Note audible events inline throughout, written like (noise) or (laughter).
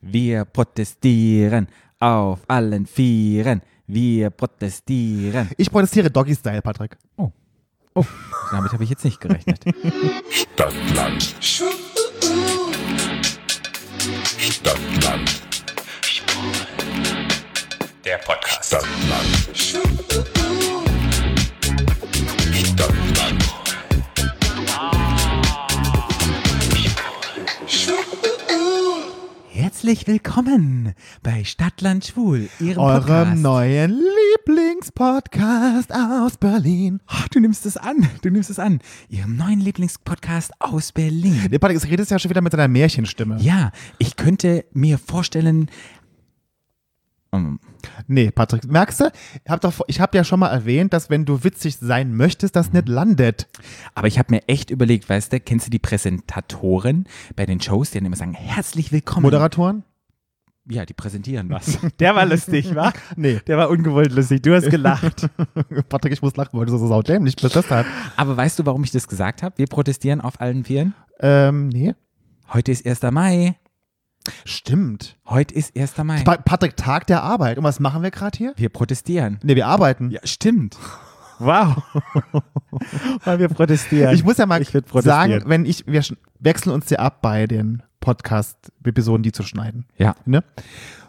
Wir protestieren auf allen Vieren. Wir protestieren. Ich protestiere Doggy-Style, Patrick. Oh, damit habe ich jetzt nicht gerechnet. Stadtland. Stadtland. Der Podcast. Stadtland. Stadtland. Herzlich willkommen bei Stadtland Schwul, Ihrem Eurem Podcast. neuen Lieblingspodcast aus Berlin. Ah, du nimmst es an, du nimmst es an. Ihrem neuen Lieblingspodcast aus Berlin. Nee, Patrick, es redest ja schon wieder mit deiner Märchenstimme. Ja, ich könnte mir vorstellen, Nee, Patrick, merkst du? Ich habe hab ja schon mal erwähnt, dass wenn du witzig sein möchtest, Mhm. das nicht landet. aber ich habe mir echt überlegt, weißt du, kennst du die Präsentatoren bei den Shows, die dann immer sagen, herzlich willkommen. Moderatoren? ja, die präsentieren (laughs) was. Der war lustig, wa? Nee. Der war ungewollt lustig. Du hast gelacht. Patrick, ich muss lachen, weil du so saudämlich bist. halt. Deshalb. (laughs) aber weißt du, warum ich das gesagt habe? Wir protestieren auf allen Vieren. Ähm, nee. Heute ist 1. Mai. Stimmt. Heute ist 1. Mai. Pa Patrick, Tag der Arbeit. Und was machen wir gerade hier? Wir protestieren. Nee, wir arbeiten. Ja, stimmt. (laughs) Wow. Weil wir protestieren. Ich muss ja mal Ich würd protestieren. sagen, wenn ich, wir sch- wechseln uns ja ab bei den Podcast-Episoden, die zu schneiden. Ja. Ne?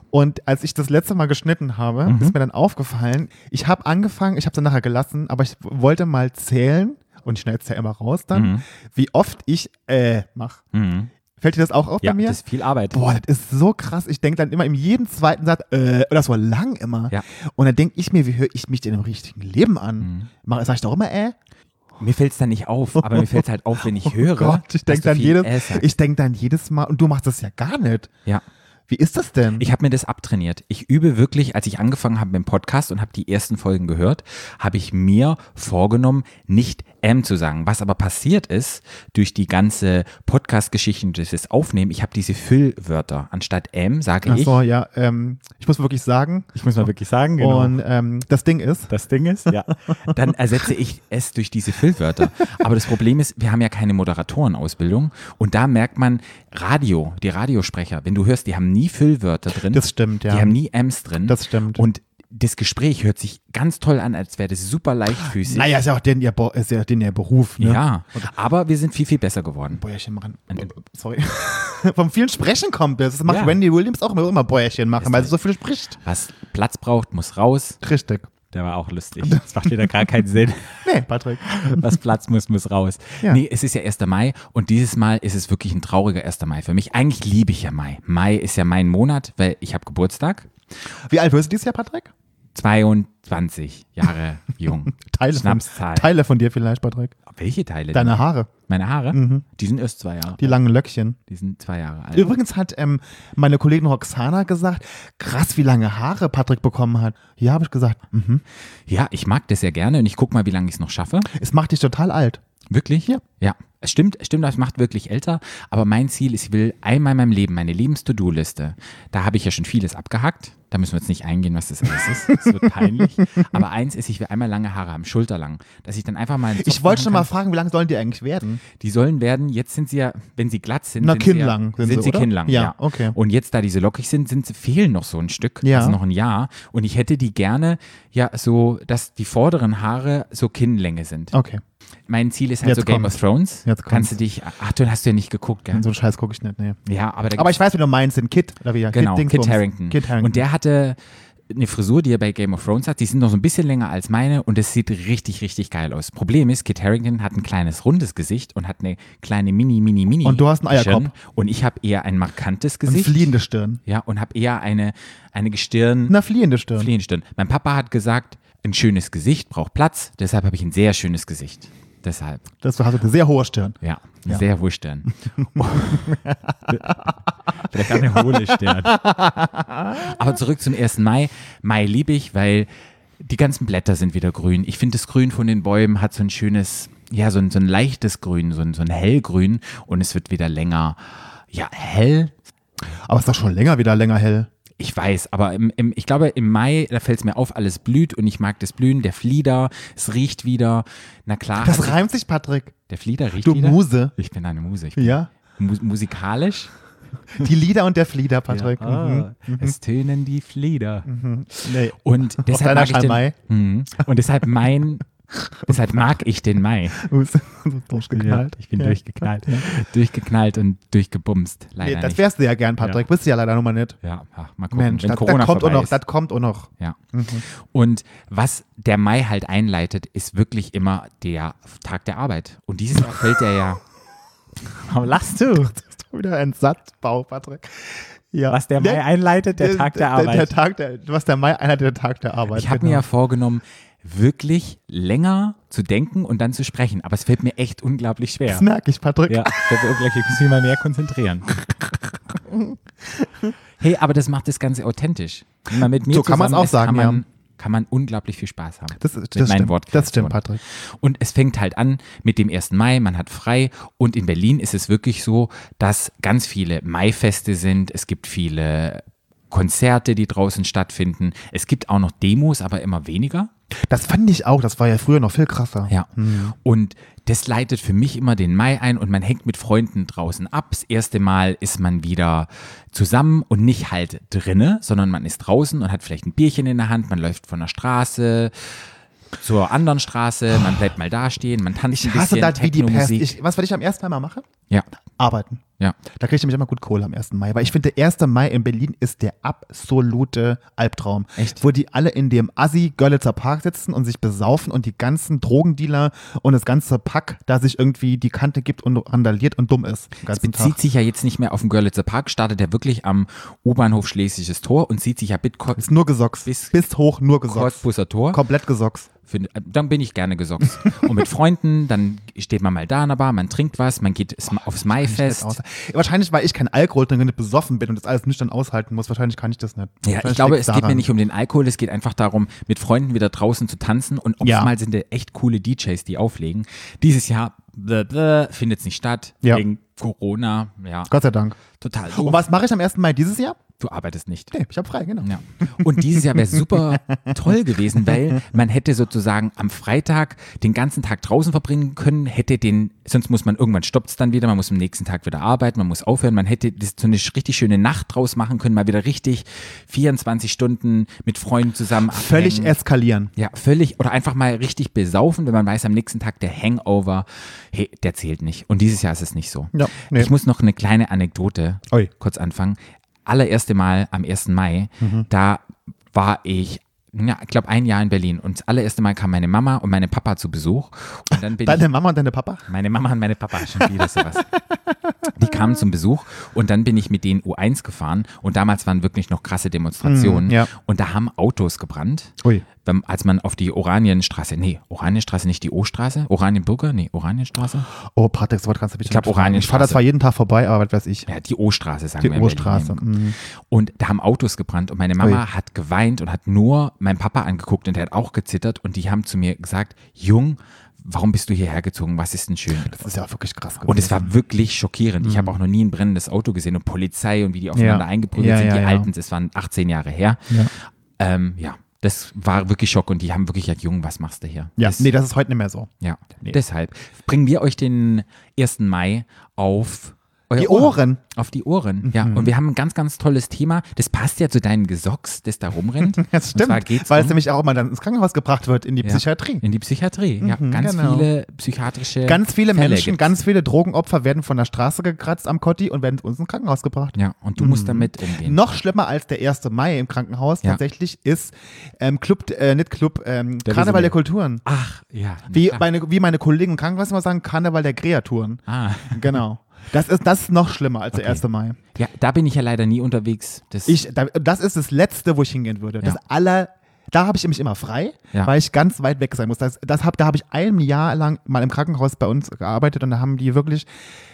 Und als ich das letzte Mal geschnitten habe, ist mir dann aufgefallen, ich habe angefangen, ich habe es dann nachher gelassen, aber ich wollte mal zählen, und ich schneide es ja immer raus dann, wie oft ich äh mache. Mhm. Fällt dir das auch auf Ja, bei mir? das ist viel Arbeit. Boah, das ist so krass. Ich denke dann immer in jedem zweiten Satz, äh, das war lang immer. Ja. Und dann denke ich mir, wie höre ich mich denn im richtigen Leben an? Mhm. Sag ich doch immer äh? Mir fällt es dann nicht auf, aber mir fällt es halt auf, wenn (laughs) ich höre. Oh Gott, ich dass denke du dann, viel Äh jedes, sagst. ich denk dann jedes Mal, und du machst das ja gar nicht. ja. Wie ist das denn? Ich habe mir das abtrainiert. Ich übe wirklich, als ich angefangen habe mit dem Podcast und habe die ersten Folgen gehört, habe ich mir vorgenommen, nicht M zu sagen. Was aber passiert ist, durch die ganze Podcast-Geschichte und dieses Aufnehmen, ich habe diese Füllwörter. Anstatt M sage Ach ich, so, ja, ähm, ich muss wirklich sagen, ich muss mal wirklich sagen, genau. und ähm, das Ding ist, das Ding ist, ja. dann ersetze ich es durch diese Füllwörter. Aber das Problem ist, wir haben ja keine Moderatorenausbildung und da merkt man Radio, die Radiosprecher, wenn du hörst, die haben nie Füllwörter drin. Das stimmt, ja. Die haben nie Ms drin. Das stimmt. Und das Gespräch hört sich ganz toll an, als wäre das super leichtfüßig. naja, ist ja auch den ihr, Bo- ist ja den ihr Beruf, ne? Ja, aber wir sind viel, viel besser geworden. Bäuerchen machen. Oh, Ein- Sorry. (laughs) Vom vielen Sprechen kommt das. Das macht Ja. Randy Williams auch immer, immer Bäuerchen machen, weil recht. sie so viel spricht. Was Platz braucht, muss raus. Richtig. Der war auch lustig. Das macht wieder gar keinen Sinn. Nee, Patrick. Was Platz muss, muss raus. Ja. Nee, es ist ja 1. Mai und dieses Mal ist es wirklich ein trauriger 1. Mai für mich. Eigentlich liebe ich ja Mai. Mai ist ja mein Monat, weil ich habe Geburtstag. Wie alt wirst du dieses Jahr, Patrick? 22 (laughs) Jahre jung. Teile von, Schnapszahl. Teile von dir vielleicht, Patrick. Welche Teile? denn? Deine Haare, Meine Haare? Die sind erst zwei Jahre. Mhm. die langen Löckchen. Die sind zwei Jahre alt. Übrigens hat ähm, meine Kollegin Roxana gesagt, krass, wie lange Haare Patrick bekommen hat. Ja, habe ich gesagt, mhm. Ja, ich mag das sehr gerne und ich guck mal, wie lange ich es noch schaffe. es macht dich total alt. Wirklich? Ja. Ja. Es stimmt, es stimmt, das macht wirklich älter. Aber mein Ziel ist, ich will einmal in meinem Leben meine Lebens-To-Do-Liste. Da habe ich ja schon vieles abgehackt. Da müssen wir jetzt nicht eingehen, was das alles ist. Das wird (laughs) peinlich. Aber eins ist, ich will einmal lange Haare haben, schulterlang. Dass ich dann einfach mal. einen Zopf Ich wollte machen schon mal kann. fragen, wie lange sollen die eigentlich werden? Die sollen werden, jetzt sind sie ja, wenn sie glatt sind, Na, sind, sie, ja, kinnlang sind sie, sind sie oder? kinnlang. Ja, okay. Und jetzt, da diese lockig sind, sind sie, fehlen noch so ein Stück, Ja. also noch ein Jahr. Und ich hätte die gerne, ja, so, dass die vorderen Haare so Kinnlänge sind. Okay, Mein Ziel ist halt Jetzt so Game kommt's. of Thrones. Jetzt kommt's. Kannst du dich, ach, du hast du ja nicht geguckt, gell? so einen Scheiß gucke ich nicht, nee. Ja, aber da Aber gibt's- ich weiß, wie du meinst, den Kid, oder wie? er- genau, Kit, Dingsbums. Harington. Kid Harington. Und der hatte eine Frisur, die er bei Game of Thrones hat, die sind noch so ein bisschen länger als meine und es sieht richtig, richtig geil aus. Problem ist, Kit Harington hat ein kleines rundes Gesicht und hat eine kleine Mini, Mini, Mini. Und du hast einen Eierkopf. Und ich habe eher ein markantes Eine Gesicht. fliehende Stirn. ja, und habe eher eine, eine Gestirn. Na, fliehende Stirn. Fliehende Stirn. Mein Papa hat gesagt, ein schönes Gesicht braucht Platz, deshalb habe ich ein sehr schönes Gesicht. Deshalb, Das hast du eine sehr hohe Stirn. ja, Ja. sehr hohe Stirn. (laughs) Der kann eine hohle Stirn. (laughs) Aber zurück zum 1. Mai. Mai liebe ich, weil die ganzen Blätter sind wieder grün. Ich finde, das Grün von den Bäumen hat so ein schönes, ja, so ein, so ein leichtes Grün, so ein, so ein hellgrün und es wird wieder länger, ja, hell. Aber ist doch schon länger wieder länger hell. Ich weiß, aber im, im, ich glaube, im Mai, da fällt es mir auf, alles blüht und ich mag das Blühen, der Flieder, es riecht wieder. Na klar, hat Das sich- reimt sich, Patrick. der Flieder riecht Du wieder. Muse. Ich bin eine Muse. Ich bin Ja? mu musikalisch. Die Lieder und der Flieder, Patrick. Mhm. Ah, Es tönen die Flieder. Nee. Und deshalb kleiner mag ich den, Schalmei. Mhm. und deshalb mein, deshalb mag ich den Mai. (laughs) Ups. durchgeknallt. Ja, ich bin Ja. durchgeknallt. Ja. Durchgeknallt und durchgebumst. Nee, Leider das nicht. wärst du ja gern, Patrick. Bist du ja leider nun mal nicht. Ja, ach, mal gucken, Mensch, wenn das, Corona das kommt auch vorbei noch. ist. Das Mhm. kommt auch noch. (laughs) Ja. Und was der Mai halt einleitet, ist wirklich immer der Tag der Arbeit. Und dieses Jahr fällt der (laughs) ja. Warum lachst du? Das ist doch wieder ein Satzbau, Patrick. Ja. Was der Mai einleitet, der Tag der Arbeit. Ne? Der, Tag der, was der Mai einer der Tag der Arbeit. genau. Ich habe mir ja vorgenommen, wirklich länger zu denken und dann zu sprechen. Aber es fällt mir echt unglaublich schwer. das merke ich, Patrick. Ja, das ist gleich, ich muss mich mal mehr konzentrieren. Hey, aber das macht das Ganze authentisch. Wenn man mit mir So kann man's zusammen auch ist, sagen, kann man, ja. kann man unglaublich viel Spaß haben. Das, mit das, meinen stimmt. das Wortkreationen. stimmt, Patrick. Und es fängt halt an mit dem 1. Mai, man hat frei. Und in Berlin ist es wirklich so, dass ganz viele Maifeste sind. Es gibt viele Konzerte, die draußen stattfinden. Es gibt auch noch Demos, aber immer weniger. Das fand ich auch. Das war ja früher noch viel krasser. Ja. Mhm. Und das leitet für mich immer den Mai ein und man hängt mit Freunden draußen ab. Das erste Mal ist man wieder zusammen und nicht halt drinne, sondern man ist draußen und hat vielleicht ein Bierchen in der Hand. Man läuft von der Straße zur anderen Straße. Man bleibt mal da stehen. Man tanzt Ich ein hasse bisschen das wie die Pest. Techno-Musik. Ich, was werde ich am ersten Mal machen? Ja, Arbeiten. ja. Da kriege ich nämlich immer gut Kohle am 1. Mai, weil ich finde, der 1. Mai in Berlin ist der absolute Albtraum. Echt? Wo die alle in dem Assi-Görlitzer Park sitzen und sich besaufen und die ganzen Drogendealer und das ganze Pack da sich irgendwie die Kante gibt und randaliert und dumm ist. Den Es ganzen bezieht Tag. sich ja jetzt nicht mehr auf den Görlitzer Park, startet er wirklich am U-Bahnhof Schlesisches Tor und zieht sich ja Bitcoin. Ist nur gesocks. Bis- Bis, hoch nur gesocks. Cottbusser Tor. Komplett gesocks. Find- äh, dann bin ich gerne gesockt. Und mit Freunden, dann steht man mal da in der Bar, man trinkt was, man geht s- aufs Maifest. Aus- Wahrscheinlich, weil ich kein Alkohol trinke und nicht besoffen bin und das alles nüchtern aushalten muss, wahrscheinlich kann ich das Ja, nicht. ich Wahrscheinlich glaube, liegt's es geht mir daran. nicht um den Alkohol, es geht einfach darum, mit Freunden wieder draußen zu tanzen und Ja. oftmals sind da echt coole DJs, die auflegen. Dieses Jahr findet es nicht statt, Ja. wegen Corona, ja, Gott sei Dank. total. Und doof. was mache ich am 1. Mai dieses Jahr? Du arbeitest nicht. Nee, ich habe frei, genau. Ja. Und dieses Jahr wäre super toll gewesen, weil man hätte sozusagen am Freitag den ganzen Tag draußen verbringen können, hätte den, sonst muss man irgendwann stoppt es dann wieder, man muss am nächsten Tag wieder arbeiten, man muss aufhören, man hätte das so eine sch- richtig schöne Nacht draus machen können, mal wieder richtig 24 Stunden mit Freunden zusammen. Völlig abhängen. eskalieren. Ja, völlig. Oder einfach mal richtig besaufen, wenn man weiß, am nächsten Tag der Hangover, hey, der zählt nicht. Und dieses Jahr ist es nicht so. Ja, nee. Ich muss noch eine kleine Anekdote Oi. kurz anfangen. Allererste Mal am 1. Mai, Mhm. da war ich, ja, ich glaube, ein Jahr in Berlin. Und das allererste Mal kam meine Mama und meine Papa zu Besuch. Und dann bin ich Deine Mama und deine Papa? meine Mama und meine Papa, schon wieder sowas. Die kamen zum Besuch und dann bin ich mit denen U1 gefahren und damals waren wirklich noch krasse Demonstrationen Mm, ja. und da haben Autos gebrannt. Ui. Beim- Als man auf die Oranienstraße, nee, Oranienstraße nicht die O-Straße, Oranienbürger, nee, Oranienstraße. Oh, Patrick, so was kannst du bitte Ich glaub, nicht fragen. Ich fahre da Oranienstraße. zwar jeden Tag vorbei, aber was weiß ich. Ja, die O-Straße, sagen Die wir in Berlin. O-Straße, mhm. Und da haben Autos gebrannt und meine Mama Ui. hat geweint und hat nur meinen Papa angeguckt und der hat auch gezittert und die haben zu mir gesagt, Jung, warum bist du hierher gezogen? Was ist denn schön? Das ist ja wirklich krass. Und es war wirklich schockierend. Ich habe auch noch nie ein brennendes Auto gesehen und Polizei und wie die aufeinander Mhm. Ja. eingeprügelt Ja, sind, ja, die ja. Alten, das waren 18 Jahre her. Ja. Ähm, ja, das war wirklich Schock und die haben wirklich gesagt, Jung, was machst du hier? Ja, Das, nee, das ist heute nicht mehr so. ja. deshalb bringen wir euch den 1. Mai auf euer Die Ohr. Ohren. Mhm. Auf die Ohren, ja. Und wir haben ein ganz, ganz tolles Thema. Das passt ja zu deinen Gesocks, das da (laughs) rumrennt. Das Und stimmt, zwar geht's weil es um, nämlich auch immer dann ins Krankenhaus gebracht wird, in die ja, Psychiatrie. In die Psychiatrie, ja. Ganz genau. viele psychiatrische Ganz viele Fälle Menschen, gibt's. ganz viele Drogenopfer werden von der Straße gekratzt am Kotti und werden uns ins Krankenhaus gebracht. Ja, und du Mhm. musst damit umgehen. Noch schlimmer als der 1. Mai im Krankenhaus Ja. tatsächlich ist ähm, Club, äh, nicht Club, ähm, Karneval Wesentliche. der Kulturen. Ach, ja. Wie klar. meine, wie meine Kollegen im Krankenhaus immer sagen, Karneval der Kreaturen. Ah. Genau. (laughs) Das ist, das ist noch schlimmer als der 1. Mai. Ja, da bin ich ja leider nie unterwegs. Das, Ich, da, das ist das Letzte, wo ich hingehen würde. Das Ja. aller, da habe ich nämlich immer frei, Ja. weil ich ganz weit weg sein muss. Das, das hab, da habe ich ein Jahr lang mal im Krankenhaus bei uns gearbeitet und da haben die wirklich,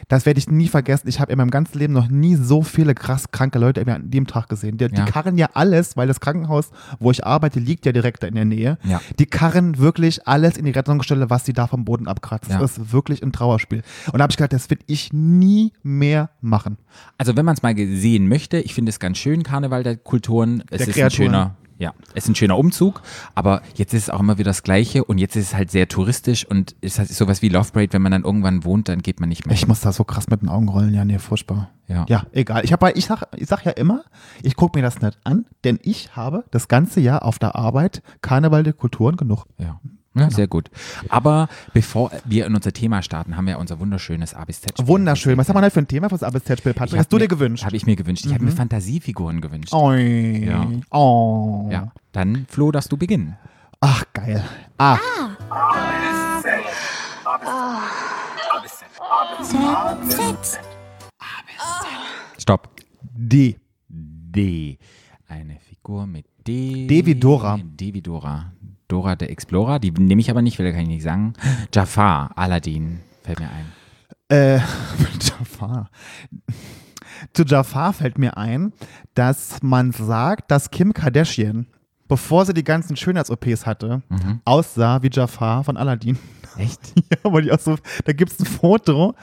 das werde ich nie vergessen, ich habe in meinem ganzen Leben noch nie so viele krass kranke Leute an dem Tag gesehen. Die, Ja. die karren ja alles, weil das Krankenhaus, wo ich arbeite, liegt ja direkt da in der Nähe. Ja. Die karren wirklich alles in die Rettungsstelle, was sie da vom Boden abkratzen. Ja. Das ist wirklich ein Trauerspiel. Und da habe ich gedacht, das will ich nie mehr machen. also wenn man es mal ge- sehen möchte, ich finde es ganz schön, Karneval der Kulturen. Es Der ist ein Kreaturen. schöner Ja, es ist ein schöner Umzug, aber jetzt ist es auch immer wieder das Gleiche und jetzt ist es halt sehr touristisch und es ist sowas wie Love Parade, wenn man dann irgendwann wohnt, dann geht man nicht mehr. Ich muss da so krass mit den Augen rollen, ja, nee, furchtbar. Ja. Ja, egal. Ich, hab, ich, sag, ich sag ja immer, ich gucke mir das nicht an, denn ich habe das ganze Jahr auf der Arbeit Karneval der Kulturen genug. Ja. Genau. Ja, sehr gut. Aber bevor wir in unser Thema starten, haben wir unser wunderschönes a bis z Wunderschön. Was haben wir denn für ein Thema fürs Arbeitszeitspiel, Patrick? Hast du dir gewünscht? Habe ich mir gewünscht. Ich habe Mhm. mir Fantasiefiguren gewünscht. Oi. Ja. Oh. Ja. Dann, Flo, darfst du beginnen. Ach, geil. Ach, Stopp. die. D. Eine Figur mit D. D wie Dora. D wie Dora. Dora der Explorer. Die nehme ich aber nicht, weil da kann ich nicht sagen. Jafar, Aladdin, fällt mir ein. Äh, (laughs) Jafar. Zu Jafar fällt mir ein, dass man sagt, dass Kim Kardashian, bevor sie die ganzen Schönheits-OPs hatte, aussah wie Jafar von Aladdin. Mhm. Echt? (laughs) Ja, aber die auch so, da gibt es ein Foto,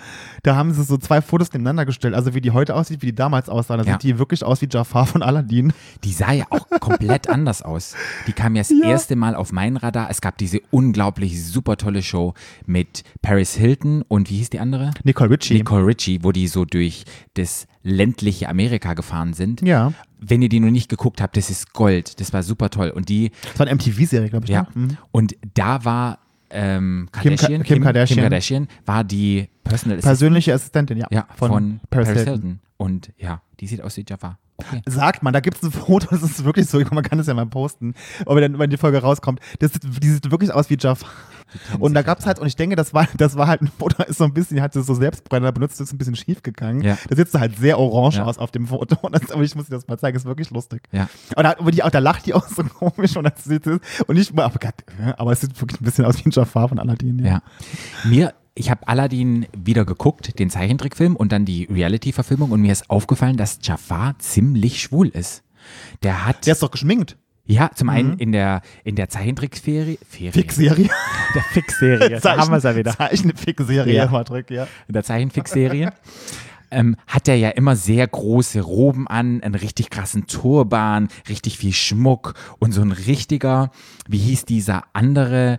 da haben sie so zwei Fotos nebeneinander gestellt. Also wie die heute aussieht, wie die damals aussah. Da Ja. sieht die wirklich aus wie Jafar von Aladdin. Die sah ja auch komplett anders aus. Die kam ja das erste Mal auf mein Radar. Es gab diese unglaublich super tolle Show mit Paris Hilton und wie hieß die andere? Nicole Richie. Nicole Richie, wo die so durch das ländliche Amerika gefahren sind. Ja. Wenn ihr die noch nicht geguckt habt, das ist Gold. Das war super toll. Und die Das war eine MTV-Serie, glaube ich. Ja. ne? Mhm. Und da war ähm, Kim Ka- Kardashian, Kim Kardashian. Kim Kardashian war die Personal Assistant Persönliche Assistentin, ja. ja, von, Paris, Hilton. Und ja, die sieht aus wie Jaffa. Okay. Sagt man, da gibt es ein Foto, (laughs) das ist wirklich so, man kann es ja mal posten, aber dann, wenn die Folge rauskommt, das, sieht- die sieht wirklich aus wie Jaffa. Und da gab es halt, und ich denke, das war, das war halt ein Foto, ist so ein bisschen, hat das so Selbstbrenner benutzt, ist ein bisschen schief gegangen. Ja. Da sieht so halt sehr orange Ja. aus auf dem Foto. (laughs) Und das, aber ich muss dir das mal zeigen, ist wirklich lustig. Ja. Und da, aber die, auch, da lacht die auch so (laughs) komisch und das sieht und ich, aber, Gott, aber es sieht wirklich ein bisschen aus wie ein Jafar von Aladdin. Ja. Mir, ich habe Aladdin wieder geguckt, den Zeichentrickfilm und dann die Reality-Verfilmung und mir ist aufgefallen, dass Jafar ziemlich schwul ist. Der hat, Der ist doch geschminkt. ja, zum einen in der, in der Zeichentrickserie, Ferie- Fix-Serie. Der Fix-Serie. Da haben wir es ja (laughs) wieder. Zeichen-Fix-Serie, Ja. Patrick, ja. in der Zeichenfix-Serie, ähm, hat er ja immer sehr große Roben an, einen richtig krassen Turban, richtig viel Schmuck und so ein richtiger, wie hieß dieser andere,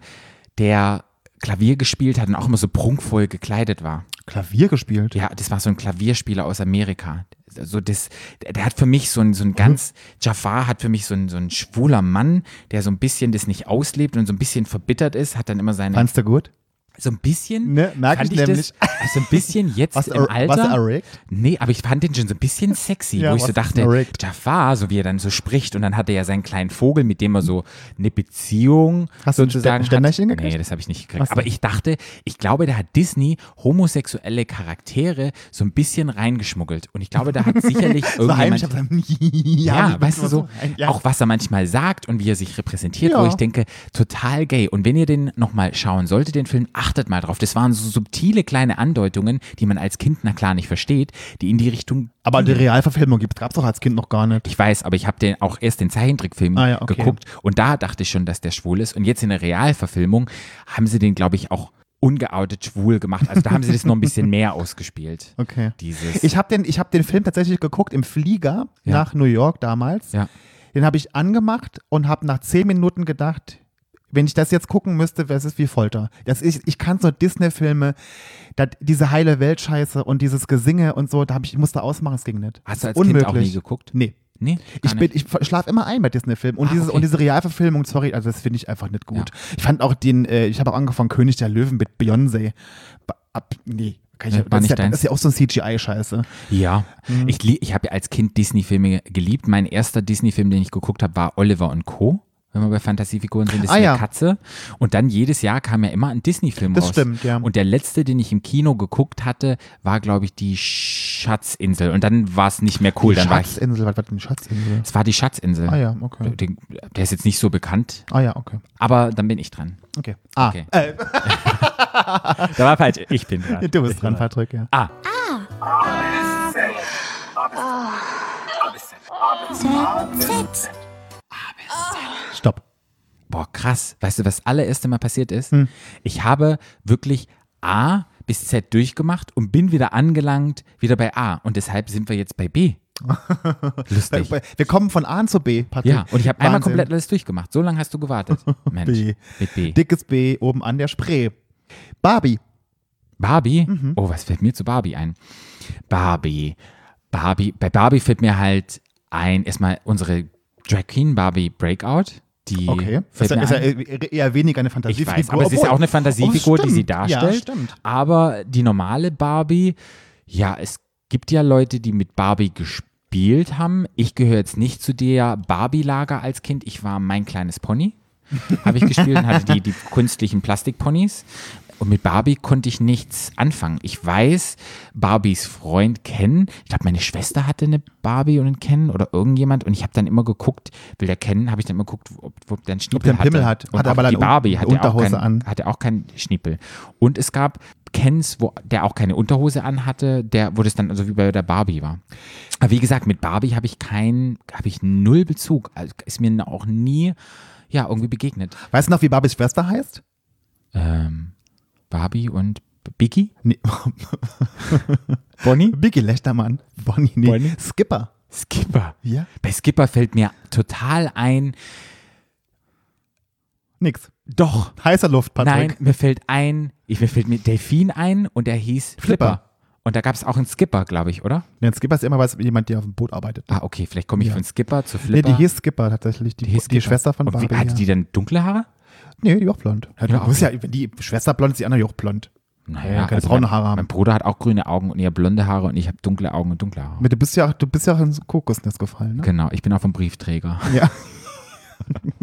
der Klavier gespielt hat und auch immer so prunkvoll gekleidet war. Klavier gespielt. Ja, das war so ein Klavierspieler aus Amerika. So das, der, der hat für mich so ein, so ein ganz, Jafar hat für mich so ein, so ein schwuler Mann, der so ein bisschen das nicht auslebt und so ein bisschen verbittert ist, hat dann immer seine Fandst du gut? so ein bisschen. Ne, merk fand ich nämlich. Das, (laughs) also ein bisschen jetzt Was im er- was Alter. erregt? nee, aber ich fand den schon so ein bisschen sexy, (laughs) Ja, wo ich so was dachte, erregt? Jafar, so wie er dann so spricht und dann hatte er ja seinen kleinen Vogel, mit dem er so eine Beziehung Hast du ein sozusagen Ständerchen hat. gekriegt? Nee, das habe ich nicht Ach gekriegt. so. Aber ich dachte, ich glaube, da hat Disney homosexuelle Charaktere so ein bisschen reingeschmuggelt und ich glaube, da (laughs) hat sicherlich So irgendjemand heimisch, aber (laughs) ja, ja, weißt du so, ja. auch was er manchmal sagt und wie er sich repräsentiert, wo Ja. ich denke, total gay. Und wenn ihr den nochmal schauen solltet, den Film, achtet mal drauf. Das waren so subtile kleine Andeutungen, die man als Kind na klar nicht versteht, die in die Richtung. aber die Realverfilmung gibt es doch als Kind noch gar nicht. Ich weiß, aber ich habe den auch erst den Zeichentrickfilm Ah ja, okay. geguckt und da dachte ich schon, dass der schwul ist. Und jetzt in der Realverfilmung haben sie den, glaube ich, auch ungeoutet schwul gemacht. Also da haben sie das noch ein bisschen mehr (laughs) ausgespielt. Okay. Dieses. Ich habe den, ich hab den Film tatsächlich geguckt im Flieger Ja. nach New York damals. ja. Den habe ich angemacht und habe nach zehn Minuten gedacht, wenn ich das jetzt gucken müsste, wäre es wie Folter. Das ist, ich kann so Disney-Filme, dat- diese heile Welt-Scheiße und dieses Gesinge und so, da hab ich, ich musste ausmachen, es ging nicht. Hast du als Unmöglich. Kind auch nie geguckt? Nee. Nee, Ich, gar nicht. bin, ich schlafe immer ein bei Disney-Filmen. Und, Ah, dieses okay. und diese Realverfilmung, sorry, also das finde ich einfach nicht gut. Ich fand auch den, äh, ich habe auch angefangen, König der Löwen mit Beyoncé. Ba- Ab, nee, kann ich, Nee, das, war ist nicht ja, deins. das ist ja auch so ein CGI-Scheiße. Ja, Mhm. ich, lie- ich habe ja als Kind Disney-Filme geliebt. Mein erster Disney-Film, den ich geguckt habe, war Oliver und Co., wenn wir bei Fantasiefiguren sind, ist Ah, eine ja. Katze. Und dann jedes Jahr kam ja immer ein Disney-Film Das raus. stimmt, ja. Und der letzte, den ich im Kino geguckt hatte, war, glaube ich, die Schatzinsel. Und dann war es nicht mehr cool. Dann war ich, Schatzinsel, was war denn Schatzinsel? es war die Schatzinsel. Ah ja, okay. Den, der ist jetzt nicht so bekannt, Ah ja, okay. aber dann bin ich dran. Okay. Ah, Okay. Äh, Da war falsch. Ich bin dran. (laughs) du (laughs) bist dran, Patrick, ja. Ah, Stopp. Boah, krass. Weißt du, was das allererste Mal passiert ist? Hm. Ich habe wirklich (laughs) A bis Z durchgemacht und bin wieder angelangt, wieder bei A. Und deshalb sind wir jetzt bei B. Lustig. Wir kommen von A zu B, Patrick. Ja, und ich habe einmal Wahnsinn. komplett alles durchgemacht. So lange hast du (laughs) gewartet. Mensch. B. Mit B. Dickes B oben an der Spree. Barbie. Barbie? Mhm. Oh, was fällt mir zu Barbie ein? Barbie. Barbie. Bei Barbie fällt mir halt ein, erstmal unsere Drag Queen Barbie Breakout. Die Okay. fällt Ist ja, mir ist ja ein. eher eher weniger eine Ich Fantasiefigur. weiß, aber es ist ja obwohl- auch eine Fantasiefigur, Oh, die sie stimmt. Ja, darstellt. stimmt. aber die normale Barbie, ja, es gibt ja Leute, die mit Barbie gespielt haben. Ich gehöre jetzt nicht zu der Barbie-Lager als Kind. Ich war mein kleines Pony, habe ich gespielt und hatte die, die künstlichen Plastikponys. Und mit Barbie konnte ich nichts anfangen. Ich weiß, Barbies Freund Ken, ich glaube, meine Schwester hatte eine Barbie und einen Ken oder irgendjemand. Und ich habe dann immer geguckt, will der Ken, habe ich dann immer geguckt, ob, ob der einen Schniepel der einen hatte. Pimmel hat. Und Hat auch aber die dann Barbie eine hatte auch, Unterhose keinen, an. hatte auch keinen Schniepel. Und es gab Kens, wo, der auch keine Unterhose anhatte, der, wo das dann so wie bei der Barbie war. Aber wie gesagt, mit Barbie habe ich keinen, habe ich null Bezug. Also ist mir auch nie, ja, irgendwie begegnet. Weißt du noch, wie Barbies Schwester heißt? Ähm, Barbie und Biggie? Nee. (laughs) Bonnie? Biggie Lechtermann. Bonnie, nee. Bonnie? Skipper. Skipper. Ja? Bei Skipper fällt mir total ein, Nix. doch, Heißer Luft, Patrick. Nein, mir fällt ein, ich, mir fällt mir Delfin ein und der hieß Flipper. Flipper. Und da gab es auch einen Skipper, glaube ich, oder? Nee, ein Skipper ist immer was, jemand, der auf dem Boot arbeitet. Ah, okay, vielleicht komme ich Ja. von Skipper zu Nee, Flipper. die hieß Skipper tatsächlich. Die, die, hieß Skipper. Schwester von und Barbie. Wie, hatte ja. die dann dunkle Haare? nee, die war auch blond. Ja, Muss ja, wenn die Schwester blond ist, die andere ja auch blond. Ja, keine braune also mein, Haare haben. Mein Bruder hat auch grüne Augen und ihr blonde Haare und ich habe dunkle Augen und dunkle Haare. Aber Du bist ja, du bist ja auch ins Kokosnest gefallen, ne? Genau, ich bin auch vom Briefträger. Ja. (laughs) (laughs)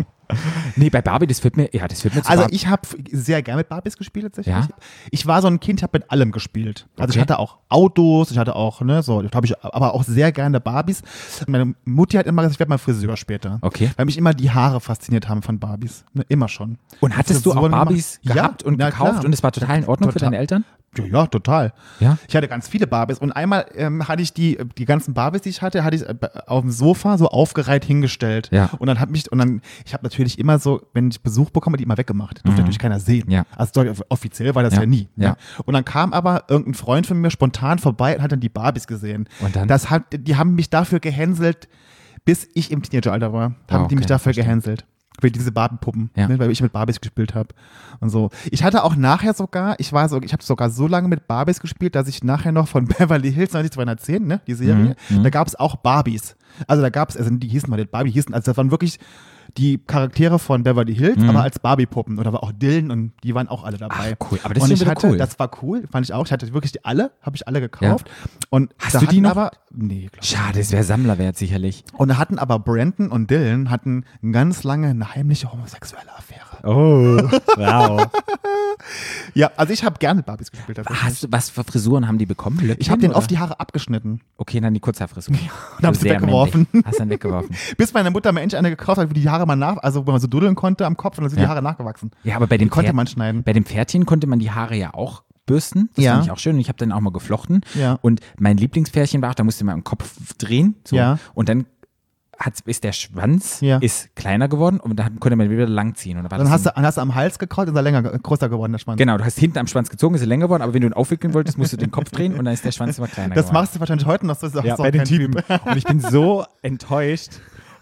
Nee, bei Barbie, das wird mir, ja, das wird mir zu Also Barbie- ich habe sehr gerne mit Barbies gespielt tatsächlich. Ja? Ich war so ein Kind, ich habe mit allem gespielt. Also Okay. ich hatte auch Autos, ich hatte auch, ne, so, habe ich aber auch sehr gerne Barbies. Meine Mutti hat immer gesagt, ich werde mal Friseur später. Okay. Weil mich immer die Haare fasziniert haben von Barbies. Ne, immer schon. Und hattest du auch Frisuren Barbies gemacht. gehabt ja, und na gekauft klar. und es war total in Ordnung für Total. deine Eltern? Ja, ja, total. Ja? Ich hatte ganz viele Barbies und einmal ähm, hatte ich die, die ganzen Barbies, die ich hatte, hatte ich äh, auf dem Sofa so aufgereiht hingestellt. Ja. Und dann hat mich, und dann, ich habe natürlich immer so, wenn ich Besuch bekomme, die immer weggemacht. Durfte natürlich keiner sehen. Mhm. Ja. Also doch, offiziell war das Ja. ja, nie. ne? Ja. Und dann kam aber irgendein Freund von mir spontan vorbei und hat dann die Barbies gesehen. Und dann? Das hat, die haben mich dafür gehänselt, bis ich im Teenageralter war. Haben Wow, die Ah, mich okay, dafür gehänselt. Für diese Barbiepuppen, Ja. ne, weil ich mit Barbies gespielt habe und so. Ich hatte auch nachher sogar, ich war so, ich habe sogar so lange mit Barbies gespielt, dass ich nachher noch von (laughs) Beverly Hills 90210, ne, die Serie, Mhm, da gab es auch Barbies. Also da gab es, also die hießen mal nicht Barbie, die hießen, also das waren wirklich die Charaktere von Beverly Hills, aber als Barbie-Puppen. Und da war auch Dylan und die waren auch alle dabei. Mhm. Ach, cool. Aber das und ist ich wieder hatte, cool. Das war cool, fand ich auch. Ich hatte wirklich die alle, habe ich alle gekauft. Und Hast da du die hatten noch? Aber, nee, klar. Schade, es wäre Sammlerwert sicherlich. Und da hatten aber Brandon und Dylan hatten ganz lange eine heimliche homosexuelle Affäre. (laughs) Oh, wow. Ja, also ich habe gerne mit Barbies gespielt. tatsächlich. Hast du, was für Frisuren haben die bekommen? Löckchen, Ich habe denen oder? oft die Haare abgeschnitten, Okay, dann die (laughs) Kurzhaarfrisur. Ja, und hab sie weggeworfen. Hast dann weggeworfen. bis meine Mutter mir endlich eine gekauft hat, wo die Haare mal nach, also wo man so dudeln konnte am Kopf und dann sind Ja. die Haare nachgewachsen. Ja, aber bei dem, Die konnte Pferd- man schneiden. Ähm, bei dem Pferdchen konnte man die Haare ja auch bürsten. Das Ja. fand ich auch schön. Und ich habe dann auch mal geflochten. Ja. Und mein Lieblingspferdchen war auch, da musste man im Kopf drehen. So. Ja. Und dann hat, ist der Schwanz Ja. ist kleiner geworden und dann konnte man wieder langziehen. Und dann war Dann das hast so ein- du, dann hast du am Hals gekraut, ist er länger, ge- größer geworden, der Schwanz. Genau, du hast hinten am Schwanz gezogen, ist er länger geworden, aber wenn du ihn aufwickeln wolltest, musst du den Kopf drehen und dann ist der Schwanz immer kleiner Das geworden. machst du wahrscheinlich heute noch, das ist auch Ja, so bei den kein Typ. Typen. Und ich bin so enttäuscht,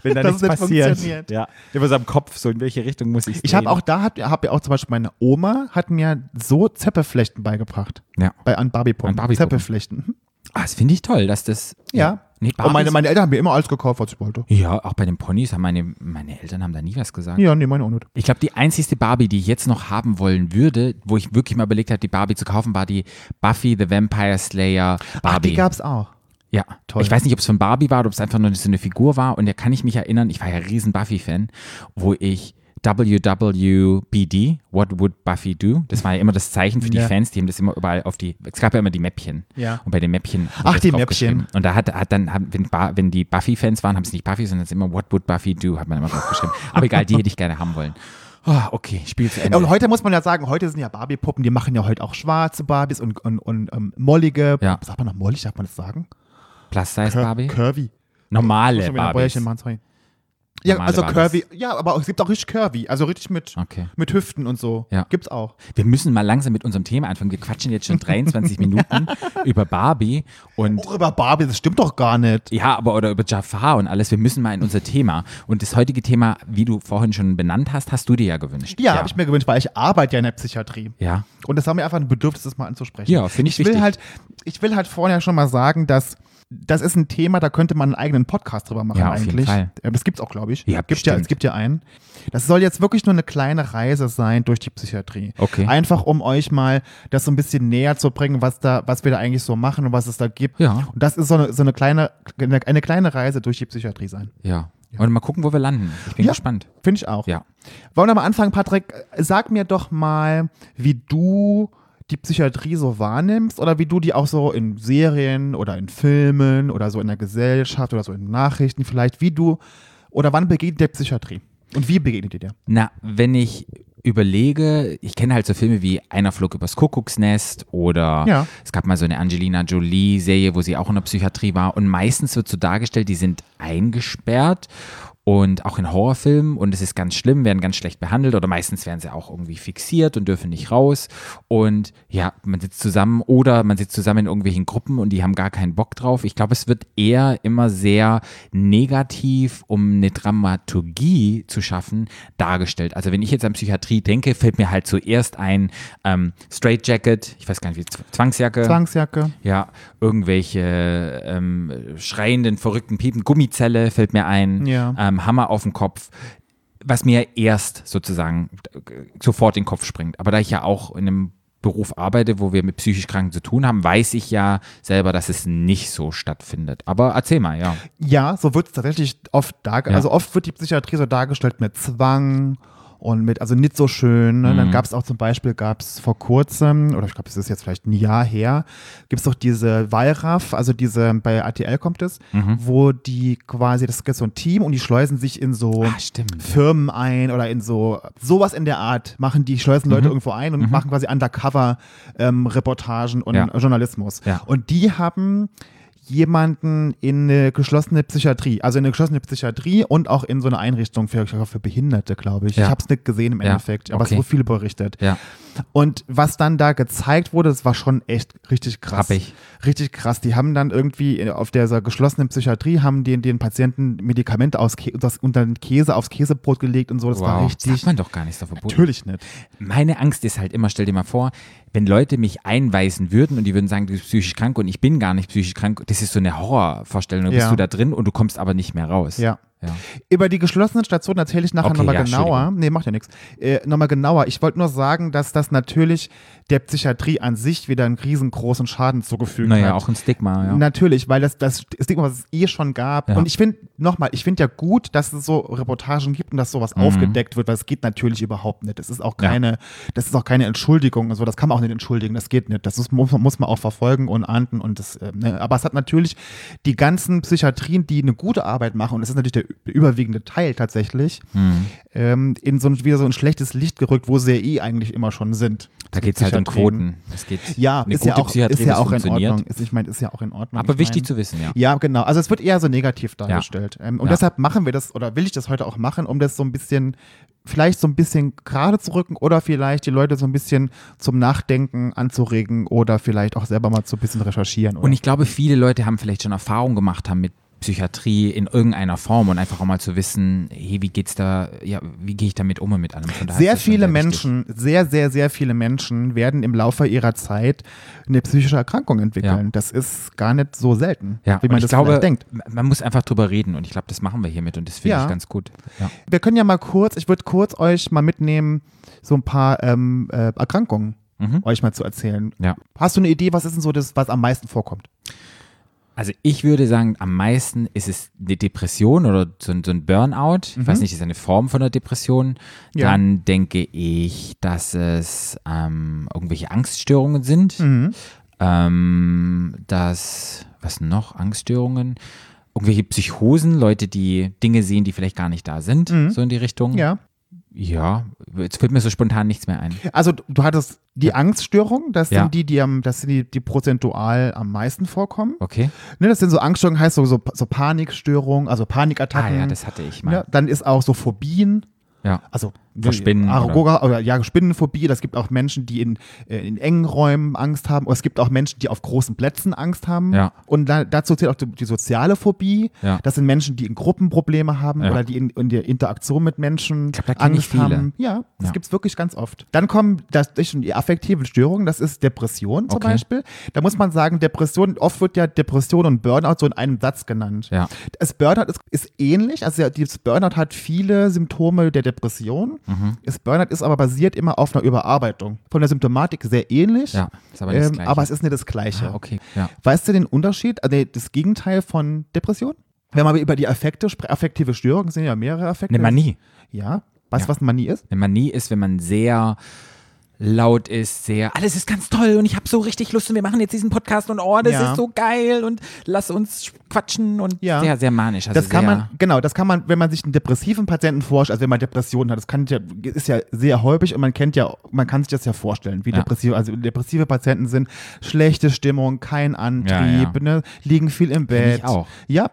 wenn da Dass nichts es nicht passiert. funktioniert. Ja. Über so am Kopf, so in welche Richtung muss ich Ich habe Genau. auch da, hab, hab ja auch zum Beispiel meine Oma hat mir so Zeppelflechten beigebracht. Ja. Bei, an Barbiepuppen. An Barbiepuppen. Zeppelflechten. Mhm. Ah, das finde ich toll, dass das. Ja. Nee, Und meine, Barbies- meine Eltern haben mir immer alles gekauft, was ich wollte. Ja, auch bei den Ponys haben meine, meine Eltern haben da nie was gesagt. Ja, nee, meine auch nicht. Ich glaube, die einzigste Barbie, die ich jetzt noch haben wollen würde, wo ich wirklich mal überlegt habe, die Barbie zu kaufen, war die Buffy the Vampire Slayer Ach, Barbie. die gab's auch. ja, Toll. Ich weiß nicht, ob es von Barbie war oder ob es einfach nur so eine Figur war. Und da kann ich mich erinnern, ich war ja riesen Buffy-Fan, wo ich WWBD, What Would Buffy Do? Das war ja immer das Zeichen für die Ja. Fans, die haben das immer überall auf die, es gab ja immer die Mäppchen. Ja. Und bei den Mäppchen. haben Ach, das die draufgeschrieben. Mäppchen. Und da hat, hat dann, haben- wenn, Ba- wenn die Buffy-Fans waren, haben sie nicht Buffy, sondern es immer What Would Buffy Do, hat man immer draufgeschrieben. Aber egal, die hätte ich gerne haben wollen. Oh, okay, Spiel zu Ende. Ja, und heute muss man ja sagen, heute sind ja Barbie-Puppen, die machen ja heute auch schwarze Barbies und, und, und ähm, mollige. Ja. Sagt man noch mollig, darf man das sagen? Plus Size Cur- Barbie? Curvy. Normale Schon wieder ein Barbies. Bäuerchen machen, sorry. Ja, Normale also waren curvy. Ja, aber es gibt auch richtig curvy. Also richtig mit, Okay. mit Hüften und so. Ja. Gibt's auch. Wir müssen mal langsam mit unserem Thema anfangen. Wir quatschen jetzt schon (laughs) 23 Minuten über Barbie und Auch über Barbie, das stimmt doch gar nicht. ja, aber oder über Jafar und alles. Wir müssen mal in unser Thema. Und das heutige Thema, wie du vorhin schon benannt hast, hast du dir ja gewünscht. Ja, habe ich mir gewünscht, weil ich arbeite ja in der Psychiatrie. Ja. Und das war mir einfach ein Bedürfnis, das mal anzusprechen. Ja, finde ich ich will wichtig. halt, Ich will halt vorher schon mal sagen, dass das ist ein Thema, da könnte man einen eigenen Podcast drüber machen Ja, auf jeden eigentlich. Fall. Äh, Das gibt's auch, glaube ich. Ja, gibt ja, bestimmt. es gibt ja einen. Das soll jetzt wirklich nur eine kleine Reise sein durch die Psychiatrie. Okay. Einfach um euch mal das so ein bisschen näher zu bringen, was da, was wir da eigentlich so machen und was es da gibt. Ja. Und das ist so eine, so eine kleine, eine kleine Reise durch die Psychiatrie sein. Ja. Und mal gucken, wo wir landen. Ich bin Ja. gespannt. Finde ich auch. Ja. Wollen wir mal anfangen, Patrick? Sag mir doch mal, wie du die Psychiatrie so wahrnimmst oder wie du die auch so in Serien oder in Filmen oder so in der Gesellschaft oder so in Nachrichten vielleicht, wie du oder wann begegnet der Psychiatrie? Und wie begegnet ihr der? Na, wenn ich überlege, ich kenne halt so Filme wie Einer flog übers Kuckucksnest oder Ja. es gab mal so eine Angelina Jolie-Serie, wo sie auch in der Psychiatrie war und meistens wird so dargestellt, die sind eingesperrt und auch in Horrorfilmen und es ist ganz schlimm, werden ganz schlecht behandelt oder meistens werden sie auch irgendwie fixiert und dürfen nicht raus und ja, man sitzt zusammen oder man sitzt zusammen in irgendwelchen Gruppen und die haben gar keinen Bock drauf. Ich glaube, es wird eher immer sehr negativ, um eine Dramaturgie zu schaffen, dargestellt. Also wenn ich jetzt an Psychiatrie denke, fällt mir halt zuerst ein ähm, Straight Jacket, ich weiß gar nicht wie, Z- Zwangsjacke. Zwangsjacke. Ja, irgendwelche ähm, schreienden, verrückten Piepen. Gummizelle fällt mir ein. Ja. Ähm, Hammer auf den Kopf. Was mir erst sozusagen äh, sofort in den Kopf springt. Aber da ich ja auch in einem Beruf arbeite, wo wir mit psychisch Kranken zu tun haben, weiß ich ja selber, dass es nicht so stattfindet. Aber erzähl mal, ja. Ja, so wird es tatsächlich oft dargestellt. Ja. Also oft wird die Psychiatrie so dargestellt mit Zwang und mit, also nicht so schön. Ne? Mhm. Dann gab es auch zum Beispiel, gab es vor kurzem, oder ich glaube, es ist jetzt vielleicht ein Jahr her, gibt es doch diese Wallraff, also diese, bei ATL kommt es, Mhm. wo die quasi, das ist so ein Team und die schleusen sich in so Ah, stimmt. Firmen ein oder in so, sowas in der Art machen die, schleusen Mhm. Leute irgendwo ein und machen quasi Undercover-Reportagen und Ja. Journalismus. Ja. Und die haben jemanden in eine geschlossene Psychiatrie, also in eine geschlossene Psychiatrie und auch in so eine Einrichtung für, für Behinderte, glaube ich. Ja. Ich habe es nicht gesehen im Ja, Endeffekt, aber okay. es wurde viel berichtet. Ja. Und was dann da gezeigt wurde, das war schon echt richtig krass. Happig. Richtig krass. Die haben dann irgendwie auf dieser geschlossenen Psychiatrie haben den, den Patienten Medikamente aus Kä das, unter den Käse aufs Käsebrot gelegt und so. Das war Wow. Sagt richtig. man doch gar nicht so verboten. Natürlich nicht. Meine Angst ist halt immer, stell dir mal vor, wenn Leute mich einweisen würden und die würden sagen, du bist psychisch krank und ich bin gar nicht psychisch krank, das ist so eine Horrorvorstellung. Dann Ja. bist du da drin und du kommst aber nicht mehr raus. Ja. Ja. Über die geschlossenen Stationen erzähle ich nachher Okay, nochmal ja, genauer. Nee, macht ja nichts. Äh, nochmal genauer. Ich wollte nur sagen, dass das natürlich der Psychiatrie an sich wieder einen riesengroßen Schaden zugefügt Naja, hat. auch ein Stigma. Ja. Natürlich, weil das, das Stigma, was es eh schon gab. Ja. Und ich finde, nochmal, ich finde ja gut, dass es so Reportagen gibt und dass sowas aufgedeckt wird, weil es geht natürlich überhaupt nicht. Das ist auch Mhm. Ja. keine, das ist auch keine Entschuldigung und so, das kann man auch nicht entschuldigen, das geht nicht. Das ist, muss, muss man auch verfolgen und ahnden und das, äh, ne. aber es hat natürlich die ganzen Psychiatrien, die eine gute Arbeit machen, und das ist natürlich der überwiegende Teil tatsächlich, Mhm. ähm, in so ein, wieder so ein schlechtes Licht gerückt, wo sie ja eh eigentlich immer schon sind. Da geht es halt um Psychiatrien. Quoten. Es geht ne? Ja, eine ist gute ja, auch, Psychiatrie, ist ja das auch in funktioniert. Ordnung. Ist, ich meine, ist ja auch in Ordnung. Aber ich wichtig mein, zu wissen, ja. Ja, genau. Also es wird eher so negativ dargestellt. Ähm, und Ja. deshalb machen wir das oder will ich das heute auch machen, um das so ein bisschen, vielleicht so ein bisschen gerade zu rücken oder vielleicht die Leute so ein bisschen zum Nachdenken anzuregen oder vielleicht auch selber mal so ein bisschen recherchieren. Oder? Und ich glaube, viele Leute haben vielleicht schon Erfahrung gemacht haben mit Psychiatrie in irgendeiner Form und einfach auch mal zu wissen, hey, wie geht's da, ja, wie gehe ich damit um und mit allem. Von daher sehr ist das schon viele wichtig. Menschen, sehr, sehr, sehr viele Menschen werden im Laufe ihrer Zeit eine psychische Erkrankung entwickeln. Ja. Das ist gar nicht so selten, Ja, wie man und ich das glaube, vielleicht denkt. man muss einfach drüber reden und ich glaube, das machen wir hiermit und das finde Ja. ich ganz gut. Ja. Wir können ja mal kurz, ich würde kurz euch mal mitnehmen, so ein paar ähm, äh, Erkrankungen Mhm. euch mal zu erzählen. ja. Hast du eine Idee, was ist denn so das, was am meisten vorkommt? Also ich würde sagen, am meisten ist es eine Depression oder so ein, so ein Burnout. Ich weiß nicht, ist eine Form von einer Depression. Mhm. Ja. Dann denke ich, dass es ähm, irgendwelche Angststörungen sind. Mhm. Ähm, dass, was noch? Angststörungen? Mhm. Irgendwelche Psychosen, Leute, die Dinge sehen, die vielleicht gar nicht da sind, so in die Richtung. Mhm. Ja. Ja, jetzt fällt mir so spontan nichts mehr ein. Also du du hattest die Angststörung, das sind Ja. die, die am, das sind die, die prozentual am meisten vorkommen. Okay. Ne, das sind so Angststörungen, heißt so, so, so Panikstörungen, also Ah Panikattacken. ja, das hatte ich ne, mal. dann ist auch so Phobien, Ja. also ne, Vor Spinnen Agoraphobie oder ja, Spinnenphobie. Das gibt auch Menschen, die in, äh, in engen Räumen Angst haben. Oder es gibt auch Menschen, die auf großen Plätzen Angst haben. Ja. Und da, dazu zählt auch die, die soziale Phobie. Ja. Das sind Menschen, die in Gruppen Probleme haben Ja. oder die in, in der Interaktion mit Menschen glaub, da kenn ich Angst viele. haben. Ja, das Ja. gibt's wirklich ganz oft. Dann kommen das das sind die affektiven Störungen, das ist Depression zum Okay. Beispiel. Da muss man sagen, Depression, oft wird ja Depression und Burnout so in einem Satz genannt. Ja. Das Burnout ist, ist ähnlich, also ja, dieses Burnout hat viele Symptome der Depression. Mhm. Das Burnout ist aber basiert immer auf einer Überarbeitung. Von der Symptomatik sehr ähnlich, Ähm, Ja, ist aber nicht das Gleiche. aber es ist nicht das Gleiche. Ah, okay. Ja. Weißt du den Unterschied, also das Gegenteil von Depression? Wenn man über die Affekte, spre- affektive Störungen sind ja mehrere Affekte. Eine Manie. Ja. Weißt Ja. du, was Manie ist? Eine Manie ist, wenn man sehr laut ist, sehr, alles ist ganz toll und ich habe so richtig Lust und wir machen jetzt diesen Podcast und oh, das Ja. ist so geil und lass uns quatschen und Ja. sehr, sehr manisch. Also Das kann sehr, man, genau, das kann man, wenn man sich einen depressiven Patienten vorstellt, also wenn man Depressionen hat, das kann ja, ist ja sehr häufig und man kennt ja, man kann sich das ja vorstellen, wie Ja. depressive, also depressive Patienten sind, schlechte Stimmung, kein Ja, Antrieb, ja. Ne, liegen viel im Bett. ich auch. Ja.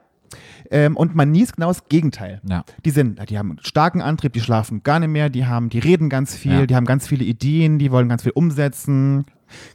Ähm, und Manie ist genau das Gegenteil. Ja. Die sind, die haben einen starken Antrieb, die schlafen gar nicht mehr, die haben, die reden ganz viel, Ja. die haben ganz viele Ideen, die wollen ganz viel umsetzen.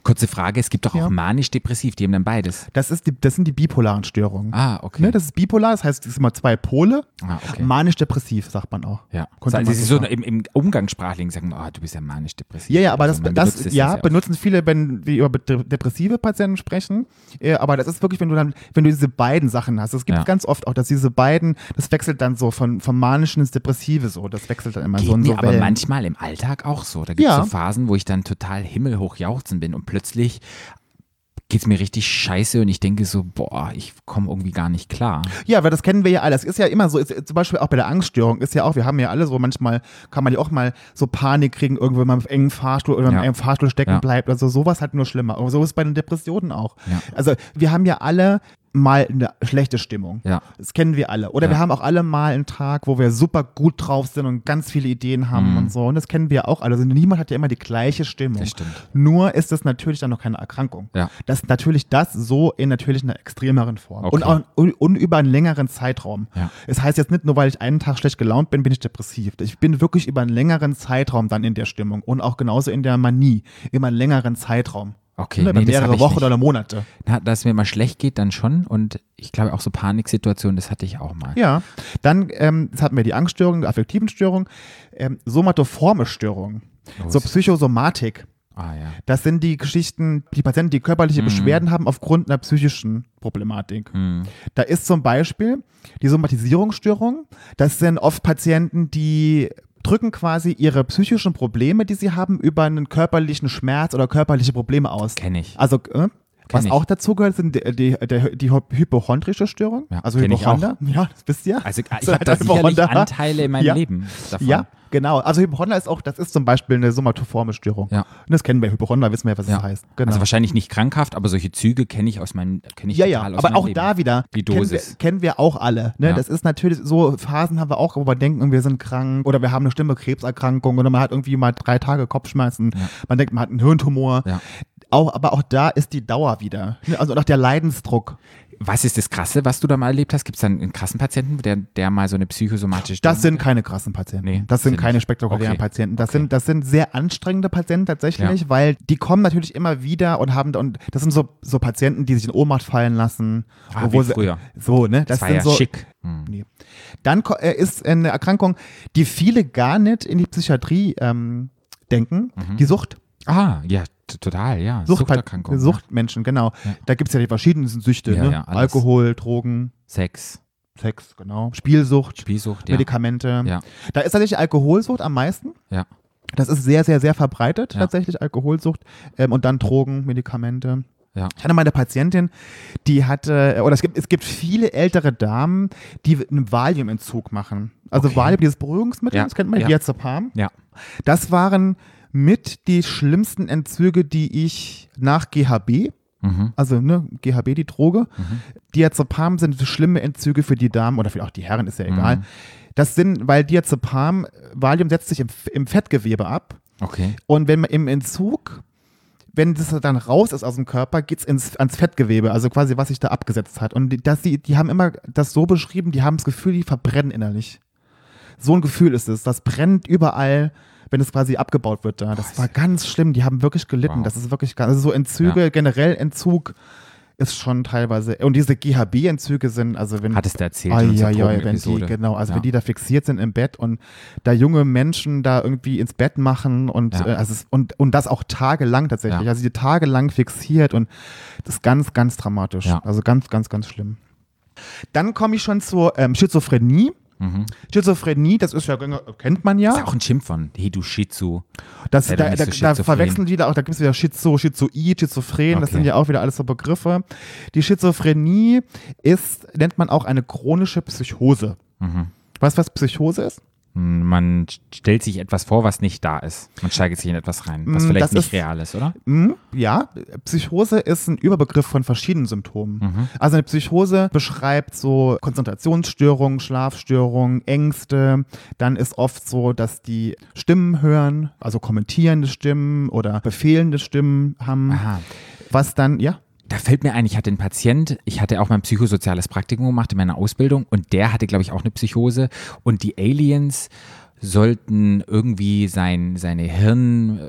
Kurze Frage, es gibt doch Ja. auch manisch-depressiv, die haben dann beides. Das ist die, das sind die bipolaren Störungen. Ah, okay. Ne, das ist bipolar, das heißt, es sind immer zwei Pole. Ah, okay. Manisch-depressiv, sagt man auch. ja. Konnte das man ist so so sagen. im, im Umgangssprachlichen sagen, oh, du bist ja manisch-depressiv. ja, ja, aber Also das, man das, benutzt es ja, oft. benutzen viele, wenn wir über de- depressive Patienten sprechen. Äh, Aber das ist wirklich, wenn du dann, wenn du diese beiden Sachen hast. Es gibt Ja. ganz oft auch, dass diese beiden, das wechselt dann so von, vom Manischen ins Depressive so. Das wechselt dann immer Geht so und mir so. aber Wellen. manchmal im Alltag auch so. Da gibt es Ja. so Phasen, wo ich dann total himmelhoch jauchzen bin und plötzlich geht es mir richtig scheiße und ich denke so, boah, ich komme irgendwie gar nicht klar. Ja, weil das kennen wir ja alle. Das ist ja immer so, ist, zum Beispiel auch bei der Angststörung ist ja auch, wir haben ja alle so manchmal, kann man ja auch mal so Panik kriegen, irgendwo wenn man im engen Fahrstuhl oder Ja. im engen Fahrstuhl stecken Ja. bleibt oder so. Sowas halt nur schlimmer. Aber so ist es bei den Depressionen auch. Ja. Also wir haben ja alle mal eine schlechte Stimmung. Ja. Das kennen wir alle. Oder Ja. wir haben auch alle mal einen Tag, wo wir super gut drauf sind und ganz viele Ideen haben und so. Und das kennen wir auch alle. Also niemand hat ja immer die gleiche Stimmung. Mhm. Das stimmt. Nur ist das natürlich dann noch keine Erkrankung. Ja. Das ist natürlich das so in natürlich einer extremeren Form. Okay. Und auch und, und über einen längeren Zeitraum. Ja. Es heißt jetzt nicht nur, weil ich einen Tag schlecht gelaunt bin, bin ich depressiv. Ich bin wirklich über einen längeren Zeitraum dann in der Stimmung und auch genauso in der Manie, über einen längeren Zeitraum. Okay, Ne, über nee, das hab mehrere ich Wochen nicht. oder Monate. Na, dass mir mal schlecht geht, dann schon. Und ich glaube auch so Paniksituationen, das hatte ich auch mal. Ja, dann ähm, jetzt hatten wir die Angststörung, die affektiven Störung, ähm, somatoforme Störung, so Psychosomatik. Ah ja. Das sind die Geschichten, die Patienten, die körperliche Mhm. Beschwerden haben aufgrund einer psychischen Problematik. Da ist zum Beispiel die Somatisierungsstörung. Das sind oft Patienten, die drücken quasi ihre psychischen Probleme, die sie haben, über einen körperlichen Schmerz oder körperliche Probleme aus. Kenn ich. Also, äh, was ich. auch dazu gehört, sind die, die, die, die hypochondrische Störung. Ja, also kenn ich auch. Hypochonder. Ja, das bist du ja. (laughs) Also ich Bist du habe halt da ein sicherlich Hypochonder. Anteile in meinem Ja. Leben davon. Ja, genau. Also Hypochonder ist auch, das ist zum Beispiel eine somatoforme Störung. Ja. Und das kennen wir. Hypochonder wissen wir ja, was es Ja. heißt. Genau. Also wahrscheinlich nicht krankhaft, aber solche Züge kenne ich aus meinem, kenne ich ja, ja, total aus aber meinem auch Leben. da wieder. Die Kennen Dosis. wir, kennen wir auch alle. Ne? Ja. Das ist natürlich so, Phasen haben wir auch, wo wir denken, wir sind krank oder wir haben eine schlimme Krebserkrankung oder man hat irgendwie mal drei Tage Kopfschmerzen. Man denkt, man hat einen Hirntumor. Ja. Auch, aber auch da ist die Dauer wieder. Ne? Also auch der Leidensdruck. Was ist das Krasse, was du da mal erlebt hast? Gibt es dann einen krassen Patienten, der, der mal so eine psychosomatische Das Störung- sind keine krassen Patienten. Nee, das sind sind keine nicht. spektakulären Okay. Patienten. Das, Okay. sind, das sind sehr anstrengende Patienten tatsächlich, weil die kommen natürlich immer wieder und haben und das sind so, so Patienten, die sich in Ohnmacht fallen lassen. Ah, obwohl wie früher. So, ne? Das war sind ja so, Hm. schick. Hm. Nee. Dann ko- äh, ist eine Erkrankung, die viele gar nicht in die Psychiatrie ähm, denken, die Sucht. Ah, ja, t- total, ja. Mhm. halt Suchterkrankung. Suchtmenschen, genau. Da gibt es ja die verschiedensten Süchte. Ja, ne? ja, alles. Alkohol, Drogen, Ja. Sex, Sex, genau. Spielsucht, Spielsucht, ja. Medikamente. Ja. Da ist tatsächlich Alkoholsucht am meisten. ja. Das ist sehr, sehr, sehr verbreitet, Ja. tatsächlich Alkoholsucht ähm, und dann Drogen, Medikamente. Ja. Ich hatte mal eine Patientin, die hatte, äh, oder es gibt, es gibt viele ältere Damen, die einen Valiumentzug machen. Also Okay. Valium, dieses Beruhigungsmittel, Ja. das kennt man, Ja. ja. Diazepam. Ja. Das waren mit die schlimmsten Entzüge, die ich nach GHB Mhm. also ne, GHB, die Droge. Diazepam sind so schlimme Entzüge für die Damen oder für auch die Herren, ist ja egal. Das sind, weil Diazepam, Valium setzt sich im, im Fettgewebe ab. Okay. Und wenn man im Entzug, wenn das dann raus ist aus dem Körper, geht es ans Fettgewebe, also quasi, was sich da abgesetzt hat. Und die- das, die, die haben immer das so beschrieben, die haben das Gefühl, die verbrennen innerlich. So ein Gefühl ist es. Das brennt überall, wenn es quasi abgebaut wird da. Das war ganz schlimm. Die haben wirklich gelitten. Wow. Das ist wirklich ganz, also so Entzüge, Ja. generell Entzug ist schon teilweise. Und diese GHB-Entzüge sind, also wenn. Hattest du erzählt in Ai, unserer ai, ai, wenn die, Drogenepisode. genau, also Ja. wenn die da fixiert sind im Bett und da junge Menschen da irgendwie ins Bett machen und, Ja. äh, also es, und, und das auch tagelang tatsächlich. Ja. Also die tagelang fixiert und das ist ganz, ganz dramatisch. Ja. Also ganz, ganz, ganz schlimm. Dann komme ich schon zur ähm, Schizophrenie. Schizophrenie, das ist ja, kennt man ja. Mhm. Ist ja auch ein Schimpf von Hey, du Shizu. Das, Ja, da, dann da, bist du da schizophren. verwechseln die da auch, da gibt es wieder Schizo, Schizoid, Schizophren, das Okay. sind ja auch wieder alles so Begriffe. Die Schizophrenie ist, nennt man auch eine chronische Psychose. Mhm. Weißt du, was Psychose ist? Hm, Man stellt sich etwas vor, was nicht da ist. Man steigert sich in etwas rein, was Mm, vielleicht das nicht ist- real ist, oder? Hm, ja, Psychose ist ein Überbegriff von verschiedenen Symptomen. Mhm. Also eine Psychose beschreibt so Konzentrationsstörungen, Schlafstörungen, Ängste. Dann ist oft so, dass die Stimmen hören, also kommentierende Stimmen oder befehlende Stimmen haben. Aha. Was dann, ja? Da fällt mir ein, ich hatte einen Patient, ich hatte auch mein psychosoziales Praktikum gemacht in meiner Ausbildung und der hatte, glaube ich, auch eine Psychose. Und die Aliens sollten irgendwie sein, seine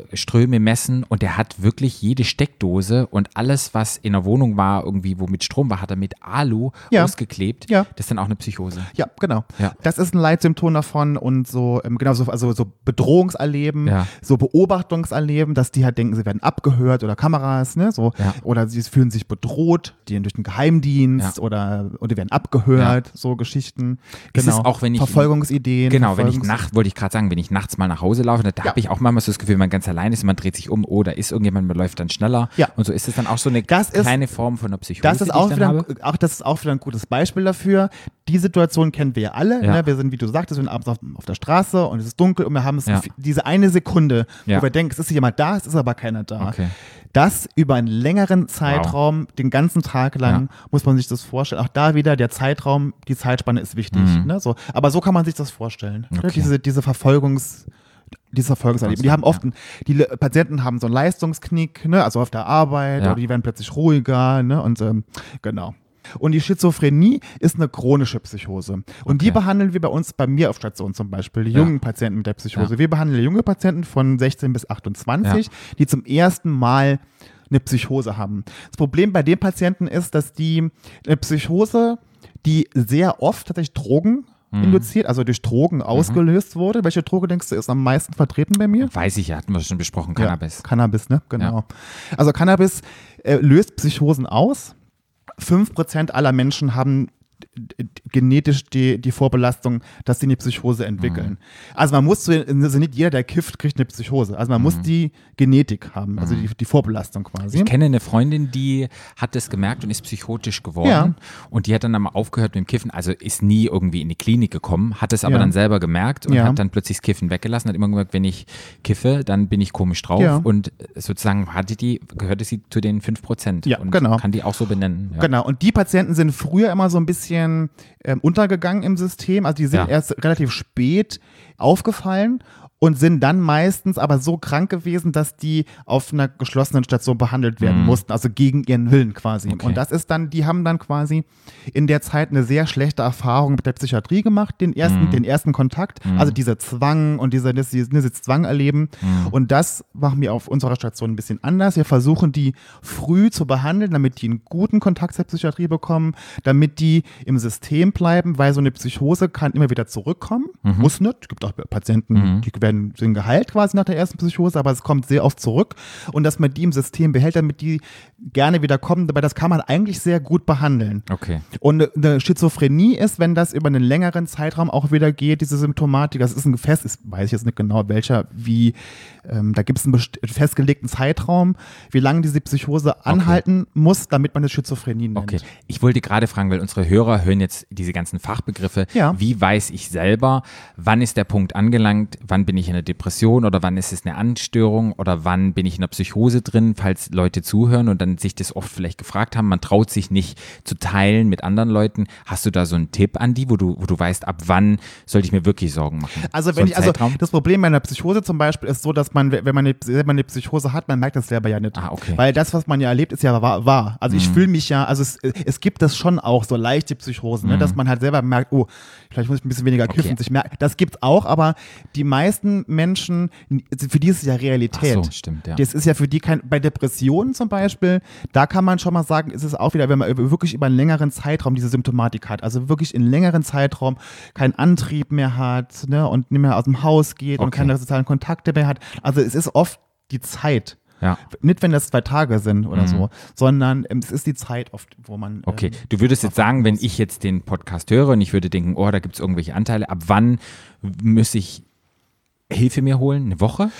Hirnströme messen und er hat wirklich jede Steckdose und alles, was in der Wohnung war, irgendwie, wo mit Strom war, hat er mit Alu Ja. ausgeklebt. Ja. Das ist dann auch eine Psychose. Ja, genau. Ja. Das ist ein Leitsymptom davon und so, ähm, genau, so, also so Bedrohungserleben, Ja. so Beobachtungserleben, dass die halt denken, sie werden abgehört oder Kameras, ne, so, Ja. oder sie fühlen sich bedroht, die durch den Geheimdienst Ja. oder, oder werden abgehört, so Geschichten. Genau. Ist es auch, wenn ich- Verfolgungsideen. Genau, wenn ich Verfolgungs- nacht, wollte ich gerade sagen, wenn ich nachts mal nach Hause laufe, da habe ich auch manchmal so das Gefühl, man ganz allein ist, man dreht sich um, oh, da ist irgendjemand, man läuft dann schneller. Ja. Und so ist es dann auch so eine Das ist- kleine Form von einer Psychose. Das ist, die auch ich dann wieder ein, habe. auch, das ist auch wieder ein gutes Beispiel dafür. Die Situation kennen wir ja alle. Ja. Ne? Wir sind, wie du sagtest, wir sind abends auf, auf der Straße und es ist dunkel und wir haben es Ja. diese eine Sekunde, Ja. wo wir denken, es ist jemand da, es ist aber keiner da. Okay. Das über einen längeren Zeitraum, den ganzen Tag lang, muss man sich das vorstellen. Auch da wieder der Zeitraum, die Zeitspanne ist wichtig. Ne? So, aber so kann man sich das vorstellen. Ne? Mhm. Okay. Diese, diese Verfolgungs- dieses Erfolgserleben. Die haben oft, ein- die Le- Patienten haben so einen Leistungsknick, ne? also auf der Arbeit, Ja. oder die werden plötzlich ruhiger, ne? und ähm, genau. Und die Schizophrenie ist eine chronische Psychose. Und die behandeln wir bei uns, bei mir auf Station zum Beispiel, die Ja. jungen Patienten mit der Psychose. Wir behandeln junge Patienten von 16 bis 28, Ja. die zum ersten Mal eine Psychose haben. Das Problem bei den Patienten ist, dass die eine Psychose, die sehr oft tatsächlich Drogen Mhm. induziert, also durch Drogen ausgelöst wurde. Welche Droge denkst du ist am meisten vertreten bei mir? Weiß ich ja, hatten wir schon besprochen, Cannabis. Ja, Cannabis, ne? Genau. Also Cannabis äh, löst Psychosen aus. 5% aller Menschen haben d- d- genetisch die, die Vorbelastung, dass sie eine Psychose entwickeln. Also man muss, so- also nicht jeder, der kifft, kriegt eine Psychose. Also man muss die Genetik haben, also die, die Vorbelastung quasi. Ich kenne eine Freundin, die hat das gemerkt und ist psychotisch geworden. Ja. Und die hat dann einmal aufgehört mit dem Kiffen, also ist nie irgendwie in die Klinik gekommen, hat es aber Ja. dann selber gemerkt und Ja. hat dann plötzlich das Kiffen weggelassen, hat immer gemerkt, wenn ich kiffe, dann bin ich komisch drauf. Ja. Und sozusagen hatte die, gehörte sie zu den 5%. Ja, und genau. Kann die auch so benennen. Ja. Genau, und die Patienten sind früher immer so ein bisschen ähm, untergegangen im System. Also die sind Ja. erst relativ spät aufgefallen und sind dann meistens aber so krank gewesen, dass die auf einer geschlossenen Station behandelt werden Mhm. mussten, also gegen ihren Willen quasi. Okay. Und das ist dann, die haben dann quasi in der Zeit eine sehr schlechte Erfahrung mit der Psychiatrie gemacht, den ersten, den ersten Kontakt, also dieser Zwang und dieser, dieses, dieses Zwang erleben. Und das machen wir auf unserer Station ein bisschen anders. Wir versuchen die früh zu behandeln, damit die einen guten Kontakt zur Psychiatrie bekommen, damit die im System bleiben, weil so eine Psychose kann immer wieder zurückkommen. Muss nicht. Es gibt auch Patienten, die werden sind geheilt quasi nach der ersten Psychose, aber es kommt sehr oft zurück. Und dass man die im System behält, damit die gerne wieder kommen, dabei das kann man eigentlich sehr gut behandeln. Okay. Und eine Schizophrenie ist, wenn das über einen längeren Zeitraum auch wieder geht, diese Symptomatik, das ist ein Gefäß, ist, weiß ich jetzt nicht genau welcher, wie, ähm, da gibt es einen best- festgelegten Zeitraum, wie lange diese Psychose anhalten muss, damit man eine Schizophrenie nennt. Okay. Ich wollte gerade fragen, weil unsere Hörer hören jetzt diese ganzen Fachbegriffe. Ja. Wie weiß ich selber, wann ist der Punkt angelangt, wann bin bin ich in einer Depression oder wann ist es eine Anstörung oder wann bin ich in einer Psychose drin, falls Leute zuhören und dann sich das oft vielleicht gefragt haben, man traut sich nicht zu teilen mit anderen Leuten. Hast du da so einen Tipp an die, wo du, wo du weißt, ab wann sollte ich mir wirklich Sorgen machen? Also so wenn ein ich, also Zeitraum? das Problem bei einer Psychose zum Beispiel ist so, dass man, wenn man eine, wenn man eine Psychose hat, man merkt das selber ja nicht. Ah, okay. Mhm. Weil das, was man ja erlebt, ist ja wahr. wahr. Also ich fühle mich ja, also es, es gibt das schon auch, so leichte Psychosen, ne, dass Mhm. man halt selber merkt, oh, vielleicht muss ich ein bisschen weniger kiffen. Ich merke, das gibt's auch, aber die meisten Menschen, für die ist es ja Realität. Ach so, stimmt, ja. Das ist ja für die kein, bei Depressionen zum Beispiel, da kann man schon mal sagen, ist es auch wieder, wenn man über- wirklich über einen längeren Zeitraum diese Symptomatik hat, also wirklich in längeren Zeitraum keinen Antrieb mehr hat ne, und nicht mehr aus dem Haus geht und Okay. keine sozialen Kontakte mehr hat. Also es ist oft die Zeit. ja. Nicht, wenn das zwei Tage sind oder so, sondern ähm, es ist die Zeit oft, wo man. Mhm. Okay, Ähm, du würdest jetzt sagen, wenn ich jetzt den Podcast höre und ich würde denken, oh, da gibt es irgendwelche Anteile, ab wann muss ich Hilfe mir holen? Eine Woche?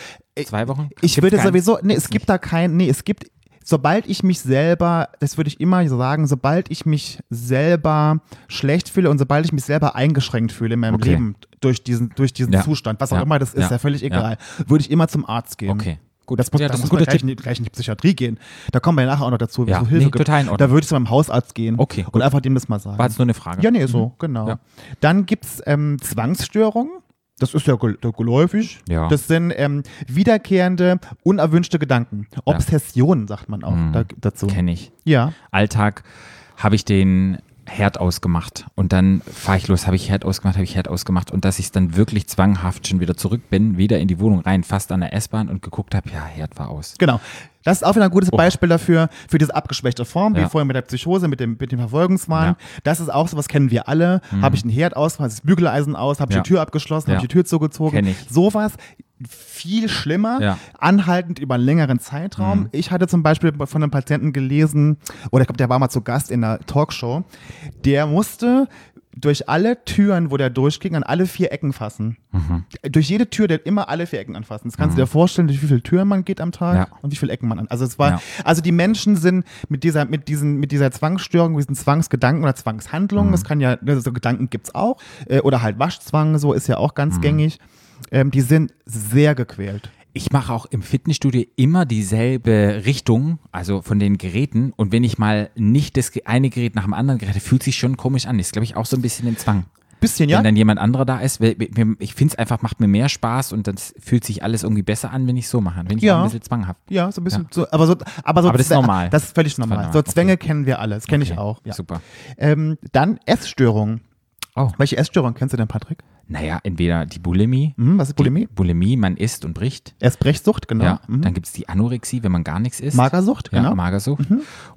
Zwei Wochen? Äh, ich Gibt's würde keinen? sowieso, nee, es gibt da kein, nee, es gibt, sobald ich mich selber, das würde ich immer sagen, sobald ich mich selber schlecht fühle und sobald ich mich selber eingeschränkt fühle in meinem Okay. Leben durch diesen, durch diesen Ja. Zustand, was auch Ja. immer das ist, Ja. ja völlig Ja. egal, würde ich immer zum Arzt gehen. Okay, gut. Das muss, Ja, das das ist muss ein man guter gleich, in die- gleich in die Psychiatrie gehen. Da kommen wir ja nachher auch noch dazu, Ja. so Hilfe Nee, gibt. total in Ordnung. Da würde ich zu meinem Hausarzt gehen Okay, und einfach dem das mal sagen. War jetzt nur eine Frage. Ja, nee, so, genau. Mhm. Ja. Dann gibt es ähm, Zwangsstörungen. Das ist ja gel- äh, geläufig. Ja. Das sind ähm, wiederkehrende, unerwünschte Gedanken. Obsessionen, sagt man auch Mhm. da, dazu. Kenne ich. Ja. Alltag habe ich den Herd ausgemacht und dann fahre ich los, habe ich Herd ausgemacht, habe ich Herd ausgemacht und dass ich dann wirklich zwanghaft schon wieder zurück bin, wieder in die Wohnung rein, fast an der S-Bahn und geguckt habe, ja, Herd war aus. Genau. Das ist auch wieder ein gutes Beispiel dafür, für diese abgeschwächte Form, Ja. wie vorhin mit der Psychose, mit dem, mit dem Verfolgungswahn. Ja. Mhm. Das ist auch so, was kennen wir alle. Habe ich den Herd ausgemacht, das Bügeleisen aus, habe ich Ja. die Tür abgeschlossen, Ja. habe ich die Tür zugezogen. Kenn ich. Sowas viel schlimmer, Ja. anhaltend über einen längeren Zeitraum. Mhm. Ich hatte zum Beispiel von einem Patienten gelesen, oder ich glaube, der war mal zu Gast in einer Talkshow, der musste durch alle Türen, wo der durchging, an alle vier Ecken fassen. Mhm. Durch jede Tür, der immer alle vier Ecken anfassen. Das kannst du dir vorstellen, durch wie viele Türen man geht am Tag Ja. und wie viele Ecken man an. Also es war, Ja. also die Menschen sind mit dieser, mit diesen, mit dieser Zwangsstörung, mit diesen Zwangsgedanken oder Zwangshandlungen, Mhm. das kann ja, ne, so Gedanken gibt's auch, äh, oder halt Waschzwang, so ist ja auch Mhm. ganz gängig. Ähm, die sind sehr gequält. ich mache auch im Fitnessstudio immer dieselbe Richtung, also von den Geräten. Und wenn ich mal nicht das ge- eine Gerät nach dem anderen gerät, fühlt sich schon komisch an. Ist, glaube ich, auch so ein bisschen ein Zwang. Bisschen, ja? Wenn dann jemand anderer da ist, weil- weil- ich finde es einfach, macht mir mehr Spaß und das fühlt sich alles irgendwie besser an, wenn ich so mache. Wenn ich Ja. auch ein bisschen zwanghaft. Ja, so ein bisschen. So, aber so, aber, so Aber das ist Zwe- normal. Das ist völlig normal. normal, So Zwänge kennen wir alle. Das kenne ich Okay, auch. Ja. Super. Ähm, dann Essstörungen. Oh. Welche Essstörung kennst du denn, Patrick? Naja, entweder die Bulimie. Hm, was ist Bulimie? Die Bulimie, man isst und bricht. Essbrechsucht, genau. Ja. Mhm. Dann gibt es die Anorexie, wenn man gar nichts isst. Magersucht, Ja, genau. Magersucht.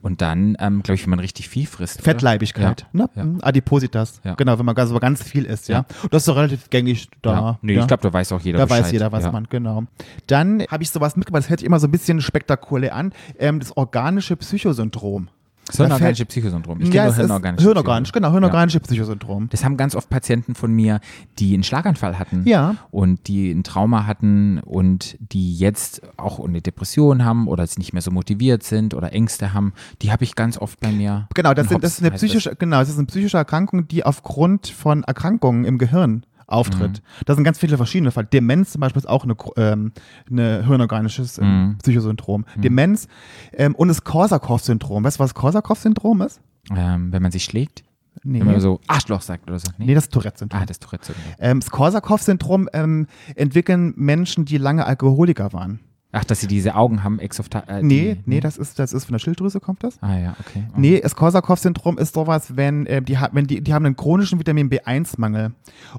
Und dann, ähm, glaube ich, wenn man richtig viel frisst. oder? Fettleibigkeit, Ja. ne? Mhm. Adipositas, Ja. genau, wenn man ganz, aber ganz viel isst, ja. Das ist doch relativ gängig da. Ja. Nee, ja. ich glaube, da weiß auch jeder da Bescheid. weiß jeder, was ja. man, genau. Dann habe ich sowas mitgebracht, das hört sich immer so ein bisschen spektakulär an, ähm, das organische Psychosyndrom. Das hirnorganische Da fällt- Psychosyndrom. Ich ja, kenne es nur ist hirnorganische Hirnorganisch, Psychosyndrom. genau, hirnorganische Psychosyndrom. Ja. Das haben ganz oft Patienten von mir, die einen Schlaganfall hatten Ja. und die ein Trauma hatten und die jetzt auch eine Depression haben oder jetzt nicht mehr so motiviert sind oder Ängste haben. Die habe ich ganz oft bei mir. Genau, das, Und sind, das hops ist eine heißt das. psychische, genau, das ist eine psychische Erkrankung, die aufgrund von Erkrankungen im Gehirn auftritt. Mhm. Da sind ganz viele verschiedene Fälle. Demenz zum Beispiel ist auch eine, gro- ähm, eine hirnorganisches Mhm. ähm, Psychosyndrom. Demenz ähm, und das Korsakow-Syndrom. Weißt du, was Korsakow-Syndrom ist? Ähm, wenn man sich schlägt, Nee. wenn man so Arschloch sagt oder so. Nee, Mhm. Nee, das ist Tourette-Syndrom. ah, das Tourette-Syndrom. Ähm, das Korsakow-Syndrom ähm, entwickeln Menschen, die lange Alkoholiker waren. Ach, dass sie diese Augen haben, exofta. Äh, Nee, die- nee, das ist, das ist von der Schilddrüse kommt das. Ah ja, okay. Oh. Nee, das Korsakow-Syndrom ist sowas, wenn, äh, die, ha- wenn die, die haben einen chronischen Vitamin B1-Mangel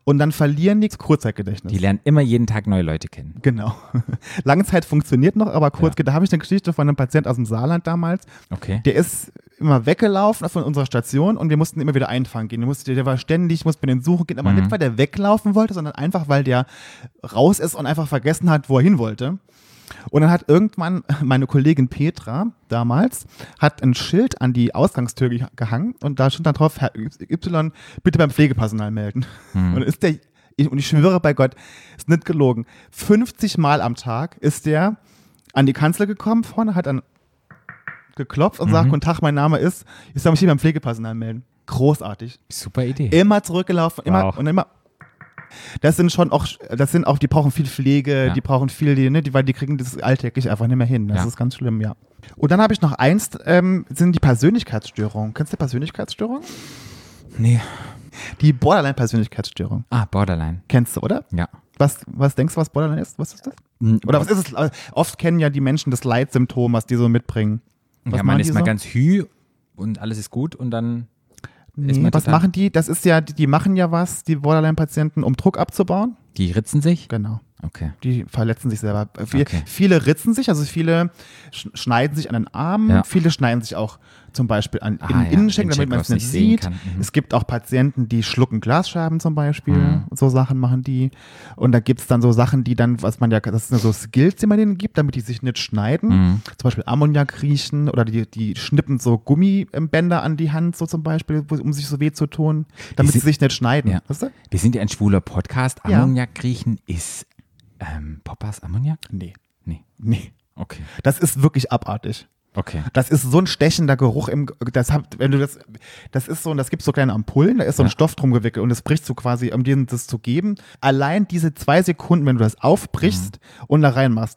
und dann verlieren die das Kurzzeitgedächtnis. Die lernen immer jeden Tag neue Leute kennen. genau. (laughs) Langzeit funktioniert noch, aber kurz, da habe ich eine Geschichte von einem Patient aus dem Saarland damals. Okay. Der ist immer weggelaufen also von unserer Station und wir mussten ihn immer wieder einfangen gehen. Der, musste, der war ständig, musste mit den Suchen gehen, aber nicht, weil der weglaufen wollte, sondern einfach, weil der raus ist und einfach vergessen hat, wo er hin wollte. Und dann hat irgendwann meine Kollegin Petra damals hat ein Schild an die Ausgangstür geh- gehangen und da stand dann drauf, Herr Y, bitte beim Pflegepersonal melden. Und ist der, ich- und ich schwöre bei Gott, ist nicht gelogen, 50 Mal am Tag ist der an die Kanzel gekommen, vorne hat an geklopft und Mhm. sagt, guten Tag, mein Name ist, ich soll mich hier beim Pflegepersonal melden. Großartig. Super Idee. Immer zurückgelaufen, immer Wow. und immer Das sind schon auch, das sind auch, die brauchen viel Pflege, Ja. die brauchen viel, die, ne, die, weil die kriegen das alltäglich einfach nicht mehr hin. Das Ja. ist ganz schlimm, ja. Und dann habe ich noch eins, ähm, sind die Persönlichkeitsstörungen. Kennst du Persönlichkeitsstörungen? Nee. Die Borderline-Persönlichkeitsstörung. Ah, Borderline. Kennst du, oder? Ja. Was, was denkst du, was Borderline ist? Was ist das? Oder was ist es? Also, Oft kennen ja die Menschen das Leitsymptom, was die so mitbringen. Was ja, man machen ist die mal so? ganz hü und alles ist gut und dann. ist Nee, man Hm, was total- machen die? Das ist ja, die, die machen ja was, die Borderline-Patienten, um Druck abzubauen. Die ritzen sich? Genau. Okay. Die verletzen sich selber. Viel, Okay. Viele ritzen sich, also viele sch schneiden sich an den Arm, Ja. viele schneiden sich auch zum Beispiel an Ah, in, ja, Innenschenkel, Innenschenkel, damit man es was nicht nicht sehen sieht. kann. Mhm. Es gibt auch Patienten, die schlucken Glasscherben zum Beispiel. So Sachen machen die. Und da gibt es dann so Sachen, die dann, was man ja, das sind so Skills, die man denen gibt, damit die sich nicht schneiden. Mhm. Zum Beispiel Ammoniak riechen oder die, die schnippen so Gummibänder an die Hand, so zum Beispiel, wo- um sich so weh zu tun, damit sie sind- sich nicht schneiden. Ja. Weißt du? Wir sind ja ein schwuler Podcast. Ja. Ammoniak riechen ist. Ähm, Poppers Ammoniak? Nee. Nee. Nee. Okay. Das ist wirklich abartig. Okay. Das ist so ein stechender Geruch im, das habt, wenn du das, das ist so, und das gibt so kleine Ampullen, da ist so ein Ja. Stoff drum gewickelt und das brichst du quasi, um dir das zu geben. Allein diese zwei Sekunden, wenn du das aufbrichst und da reinmachst,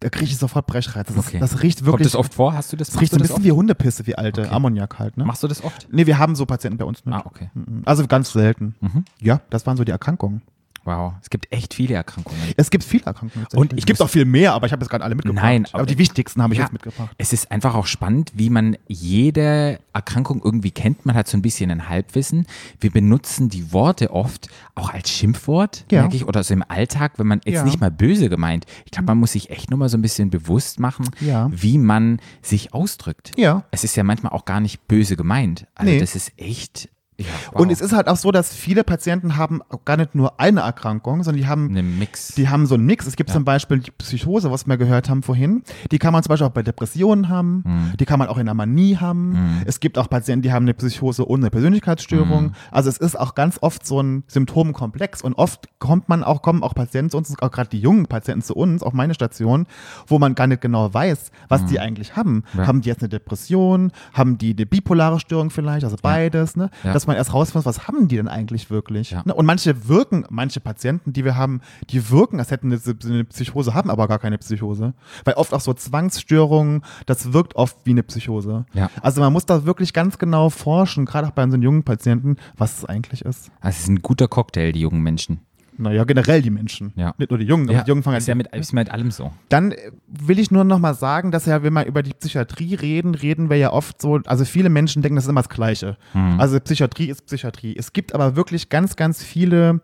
da krieg ich sofort Brechreiz. Das, Okay. ist, das riecht Kommt wirklich, das oft vor? Hast du das? das riecht so ein du das bisschen wie Hundepisse, wie alte, Ammoniak halt, ne? oft? Machst du das oft? Nee, wir haben so Patienten bei uns nicht. Ah, okay. Mhm. Also ganz selten. Ja, das waren so die Erkrankungen. Wow. Es gibt echt viele Erkrankungen. Es gibt viele Erkrankungen. Und ich es gibt auch viel mehr, aber ich habe jetzt gerade alle mitgebracht. Nein, aber aber- die wichtigsten habe ich Ja, jetzt mitgebracht. Es ist einfach auch spannend, wie man jede Erkrankung irgendwie kennt. Man hat so ein bisschen ein Halbwissen. Wir benutzen die Worte oft auch als Schimpfwort, Ja. merke ich, oder so im Alltag, wenn man jetzt Ja. Mhm. nicht mal böse gemeint. Ich glaube, man muss sich echt nur mal so ein bisschen bewusst machen, Ja. wie man sich ausdrückt. Ja. Es ist ja manchmal auch gar nicht böse gemeint. Also Nee. das ist echt. Ja, wow. Und es ist halt auch so, dass viele Patienten haben auch gar nicht nur eine Erkrankung, sondern die haben, eine Mix. die haben so einen Mix. Es gibt zum Beispiel die Psychose, was wir gehört haben vorhin. Die kann man zum Beispiel auch bei Depressionen haben. Mhm. Die kann man auch in der Manie haben. Es gibt auch Patienten, die haben eine Psychose ohne Persönlichkeitsstörung. Mhm. Also es ist auch ganz oft so ein Symptomkomplex. Und oft kommt man auch, kommen auch Patienten zu uns, auch gerade die jungen Patienten zu uns, auf meine Station, wo man gar nicht genau weiß, was die eigentlich haben. Mhm. Ja. Haben die jetzt eine Depression? Haben die eine bipolare Störung vielleicht? Also beides, ne? Ja. Dass man erst rausfindet, was haben die denn eigentlich wirklich? Ja. Ne? Und manche wirken, manche Patienten, die wir haben, die wirken, als hätten sie eine Psychose, haben aber gar keine Psychose. Weil oft auch so Zwangsstörungen, das wirkt oft wie eine Psychose. Ja. Also man muss da wirklich ganz genau forschen, gerade auch bei unseren jungen Patienten, was es eigentlich ist. Also es ist ein guter Cocktail, die jungen Menschen. Naja, generell die Menschen. Ja. Nicht nur die Jungen, aber die Jungen fangen ist ja mit, ist mit allem so. dann äh, will ich nur noch mal sagen, dass ja, wenn wir über die Psychiatrie reden, reden wir ja oft so, also viele Menschen denken, das ist immer das Gleiche. Also Psychiatrie ist Psychiatrie. Es gibt aber wirklich ganz, ganz viele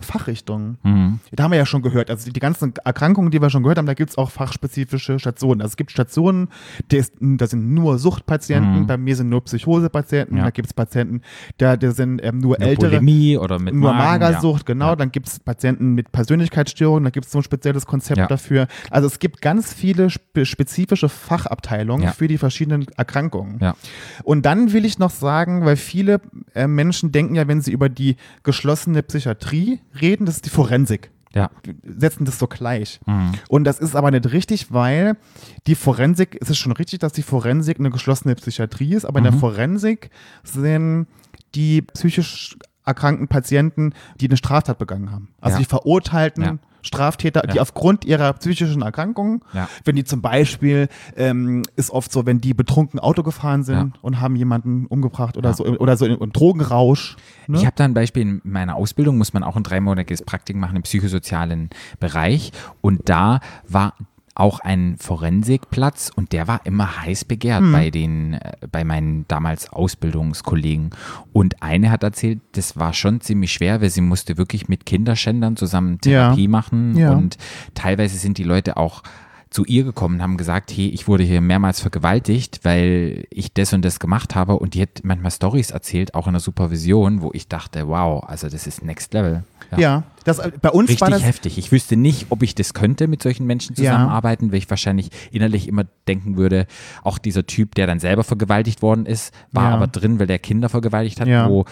Fachrichtungen. Da haben wir ja schon gehört. Also die, die ganzen Erkrankungen, die wir schon gehört haben, da gibt es auch fachspezifische Stationen. Also es gibt Stationen, da ist- da sind nur Suchtpatienten, bei mir sind nur Psychosepatienten, Ja. da gibt es Patienten, da, da sind ähm, nur Mit ältere. Bulimie oder mit Nur Magen, Magersucht, genau. Ja. Dann gibt es Patienten mit Persönlichkeitsstörungen, da gibt es so ein spezielles Konzept Ja. dafür. Also es gibt ganz viele spe spezifische Fachabteilungen Ja. für die verschiedenen Erkrankungen. Ja. Und dann will ich noch sagen, weil viele äh, Menschen denken ja, wenn sie über die geschlossene Psychiatrie reden, das ist die Forensik Ja. setzen das so gleich. Mhm. Und das ist aber nicht richtig, weil die Forensik, es ist schon richtig, dass die Forensik eine geschlossene Psychiatrie ist, aber in Mhm. der Forensik sind die psychisch erkrankten Patienten, die eine Straftat begangen haben. Also Ja. die verurteilten Ja. Straftäter, die Ja. aufgrund ihrer psychischen Erkrankungen, Ja. wenn die zum Beispiel, ähm, ist oft so, wenn die betrunken Auto gefahren sind Ja. und haben jemanden umgebracht oder Ja. so, oder so im, im Drogenrausch. Ne? Ich habe da ein Beispiel in meiner Ausbildung, muss man auch ein dreimonatiges Praktikum machen im psychosozialen Bereich. Und da war auch ein Forensikplatz und der war immer heiß begehrt Hm. bei den, äh, bei meinen damals Ausbildungskollegen. Und eine hat erzählt, das war schon ziemlich schwer, weil sie musste wirklich mit Kinderschändern zusammen Ja. Therapie machen. Ja. Und teilweise sind die Leute auch zu ihr gekommen und haben gesagt, hey, ich wurde hier mehrmals vergewaltigt, weil ich das und das gemacht habe. Und die hat manchmal Stories erzählt, auch in der Supervision, wo ich dachte, wow, also das ist Next Level. ja. das, äh, bei uns Richtig war das, heftig. Ich wüsste nicht, ob ich das könnte, mit solchen Menschen Ja. zusammenarbeiten, weil ich wahrscheinlich innerlich immer denken würde, auch dieser Typ, der dann selber vergewaltigt worden ist, war Ja. aber drin, weil der Kinder vergewaltigt hat, Ja. wo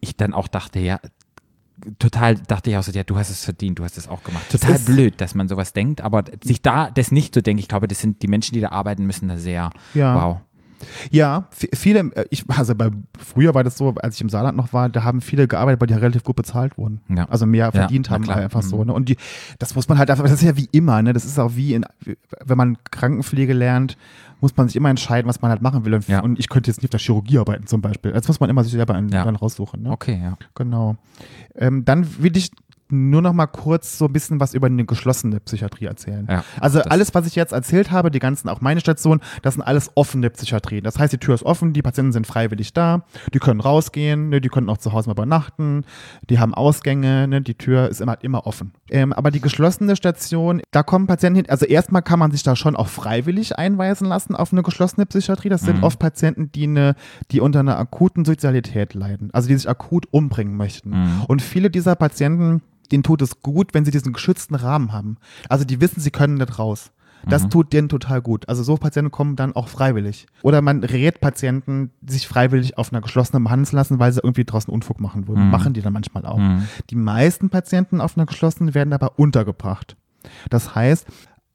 ich dann auch dachte, ja, total dachte ich auch so, ja, du hast es verdient, du hast es auch gemacht. Total ist- blöd, dass man sowas denkt, aber sich da das nicht so denkt, ich glaube, das sind die Menschen, die da arbeiten müssen, da sehr, Ja. wow. Ja, vi- viele, äh, ich, also bei, früher war das so, als ich im Saarland noch war, da haben viele gearbeitet, weil die relativ gut bezahlt wurden. Ja. Also mehr verdient na haben klar. Mhm. einfach so. Ne? Und die, das muss man halt einfach, das ist ja wie immer, ne? Das ist auch wie in, wenn man Krankenpflege lernt, muss man sich immer entscheiden, was man halt machen will. Und, Ja. und ich könnte jetzt nicht auf der Chirurgie arbeiten zum Beispiel. Das muss man immer sich selber einen, Ja. dann raussuchen. Ne? Okay, ja. Genau. Ähm, dann will ich nur noch mal kurz so ein bisschen was über eine geschlossene Psychiatrie erzählen. Ja, also das- alles, was ich jetzt erzählt habe, die ganzen, auch meine Station, das sind alles offene Psychiatrien. Das heißt, die Tür ist offen, die Patienten sind freiwillig da, die können rausgehen, ne, die können auch zu Hause mal übernachten, die haben Ausgänge, ne, die Tür ist immer, immer offen. Ähm, aber die geschlossene Station, da kommen Patienten hin, also erstmal kann man sich da schon auch freiwillig einweisen lassen auf eine geschlossene Psychiatrie. Das sind oft Patienten, die, eine, die unter einer akuten Suizidalität leiden, also die sich akut umbringen möchten. Und viele dieser Patienten, denen tut es gut, wenn sie diesen geschützten Rahmen haben. Also die wissen, sie können nicht raus. Das Mhm. tut denen total gut. Also so Patienten kommen dann auch freiwillig. Oder man rät Patienten, sich freiwillig auf einer geschlossenen behandeln zu lassen, weil sie irgendwie draußen Unfug machen würden. Mhm. Machen die dann manchmal auch. Die meisten Patienten auf einer geschlossenen werden aber untergebracht. Das heißt,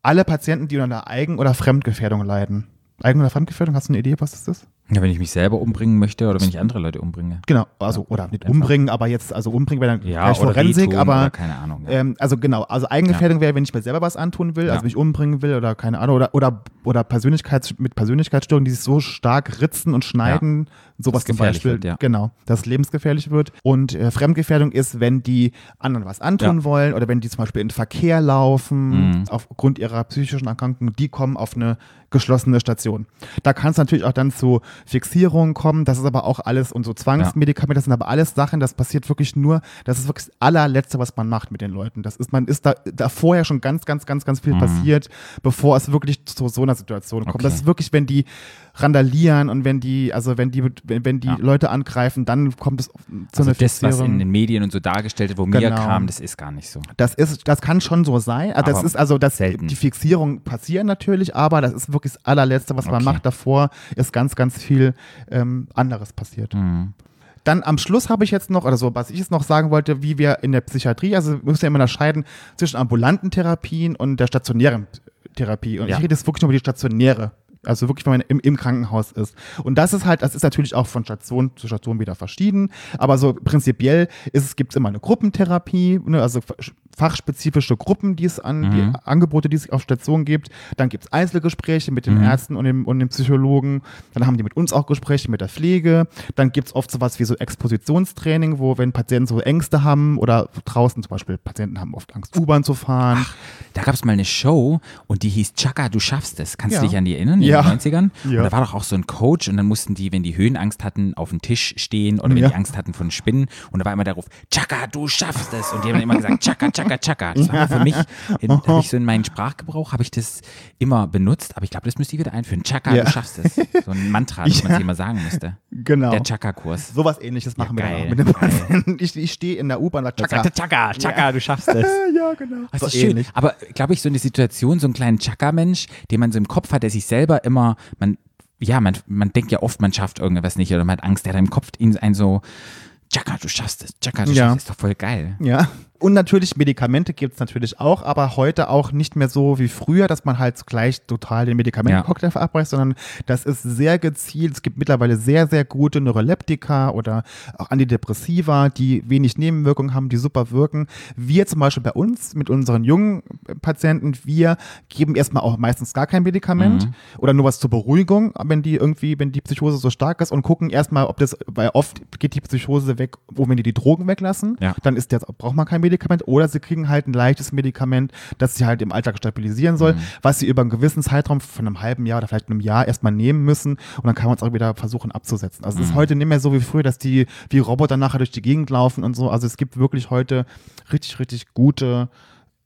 alle Patienten, die unter einer Eigen- oder Fremdgefährdung leiden. Eigen- oder Fremdgefährdung, hast du eine Idee, was das ist? ja. Wenn ich mich selber umbringen möchte oder wenn ich andere Leute umbringe. Genau, also, oder nicht Ja. umbringen, aber jetzt, also umbringen wäre dann Ja, gleich oder Forensik, wehtun aber oder keine Ahnung. Ja. ähm, also genau, also Eigengefährdung wäre, wenn ich mir selber was antun will, Ja. also mich umbringen will oder keine Ahnung, oder, oder, oder Persönlichkeits mit Persönlichkeitsstörungen, die sich so stark ritzen und schneiden, sowas Dass zum gefährlich Beispiel, wird, ja. genau, dass es lebensgefährlich wird. Und äh, Fremdgefährdung ist, wenn die anderen was antun Ja. wollen oder wenn die zum Beispiel in den Verkehr laufen, Mhm. aufgrund ihrer psychischen Erkrankung, die kommen auf eine geschlossene Station. Da kann es natürlich auch dann zu Fixierungen kommen, das ist aber auch alles und so Zwangsmedikamente, das sind aber alles Sachen, das passiert wirklich nur, das ist wirklich das allerletzte, was man macht mit den Leuten. Das ist, man ist da, da vorher schon ganz, ganz, ganz, ganz viel passiert, bevor es wirklich zu so einer Situation kommt. Mhm. Okay. Das ist wirklich, wenn die randalieren und wenn die, also wenn die, wenn, wenn die Ja. Leute angreifen, dann kommt es zu also einer das, was Fixierung. in den Medien und so dargestellt wird, wo mir Genau. kam, das ist gar nicht so. Das ist, das kann schon so sein. Also das Aber ist also, das, selten. die Fixierung passieren natürlich, aber das ist wirklich das allerletzte, was man Okay. macht. Davor ist ganz, ganz viel ähm, anderes passiert. Mhm. Dann am Schluss habe ich jetzt noch, oder so, was ich jetzt noch sagen wollte, wie wir in der Psychiatrie, also wir müssen ja immer unterscheiden zwischen ambulanten Therapien und der stationären Therapie. Und Ja. ich rede jetzt wirklich nur über die stationäre. Also wirklich, wenn man im, im Krankenhaus ist. Und das ist halt, das ist natürlich auch von Station zu Station wieder verschieden. Aber so prinzipiell ist es, gibt es immer eine Gruppentherapie, ne, also fa- fachspezifische Gruppen, die es an, die Mhm. Angebote, die es auf Stationen gibt. Dann gibt es Einzelgespräche mit Mhm. den Ärzten und dem, und dem Psychologen. Dann haben die mit uns auch Gespräche mit der Pflege. Dann gibt es oft sowas wie so Expositionstraining, wo wenn Patienten so Ängste haben oder draußen zum Beispiel, Patienten haben oft Angst, U-Bahn zu fahren. Da gab es mal eine Show und die hieß Chaka, du schaffst es. Kannst du Ja. dich an die erinnern? In Ja. den 90ern? Ja. Und da war doch auch so ein Coach und dann mussten die, wenn die Höhenangst hatten, auf dem Tisch stehen oder wenn Ja. die Angst hatten von Spinnen und da war immer der Ruf, Chaka, du schaffst es. Und die haben dann immer gesagt, Chaka, Chaka, Chaka. Das war für mich, habe ich so in meinen Sprachgebrauch, habe ich das immer benutzt, aber ich glaube, das müsste ich wieder einführen. Chaka, Ja. du schaffst es. So ein Mantra, das man Ja. sich immer sagen müsste. Genau. Der Chaka-Kurs. Sowas ähnliches machen wir dann geil, auch mit dem Patienten. Ich, ich stehe in der U-Bahn und sage, Sagte Chaka, Chaka, du schaffst es. Ja, genau. Das ist schön. Aber glaube ich, so eine Situation, so einen kleinen Chaka-Mensch, den man so im Kopf hat, der sich selber immer, man, ja, man, man denkt ja oft, man schafft irgendwas nicht oder man hat Angst, der hat im Kopf ihn einen so, Chaka, du schaffst es, Chaka, du Ja. schaffst es, ist doch voll geil. Ja. Und natürlich Medikamente gibt's natürlich auch, aber heute auch nicht mehr so wie früher, dass man halt gleich total den Medikamentencocktail verabreicht, sondern das ist sehr gezielt. Es gibt mittlerweile sehr, sehr gute Neuroleptika oder auch Antidepressiva, die wenig Nebenwirkungen haben, die super wirken. Wir zum Beispiel bei uns mit unseren jungen Patienten, wir geben erstmal auch meistens gar kein Medikament oder nur was zur Beruhigung, wenn die irgendwie, wenn die Psychose so stark ist und gucken erstmal, ob das, weil oft geht die Psychose weg, wo wenn die die Drogen weglassen, Ja. dann ist jetzt, braucht man kein Medikament oder sie kriegen halt ein leichtes Medikament, das sie halt im Alltag stabilisieren soll, was sie über einen gewissen Zeitraum von einem halben Jahr oder vielleicht einem Jahr erstmal nehmen müssen und dann kann man es auch wieder versuchen abzusetzen. Also es ist heute nicht mehr so wie früher, dass die wie Roboter nachher durch die Gegend laufen und so. Also es gibt wirklich heute richtig, richtig gute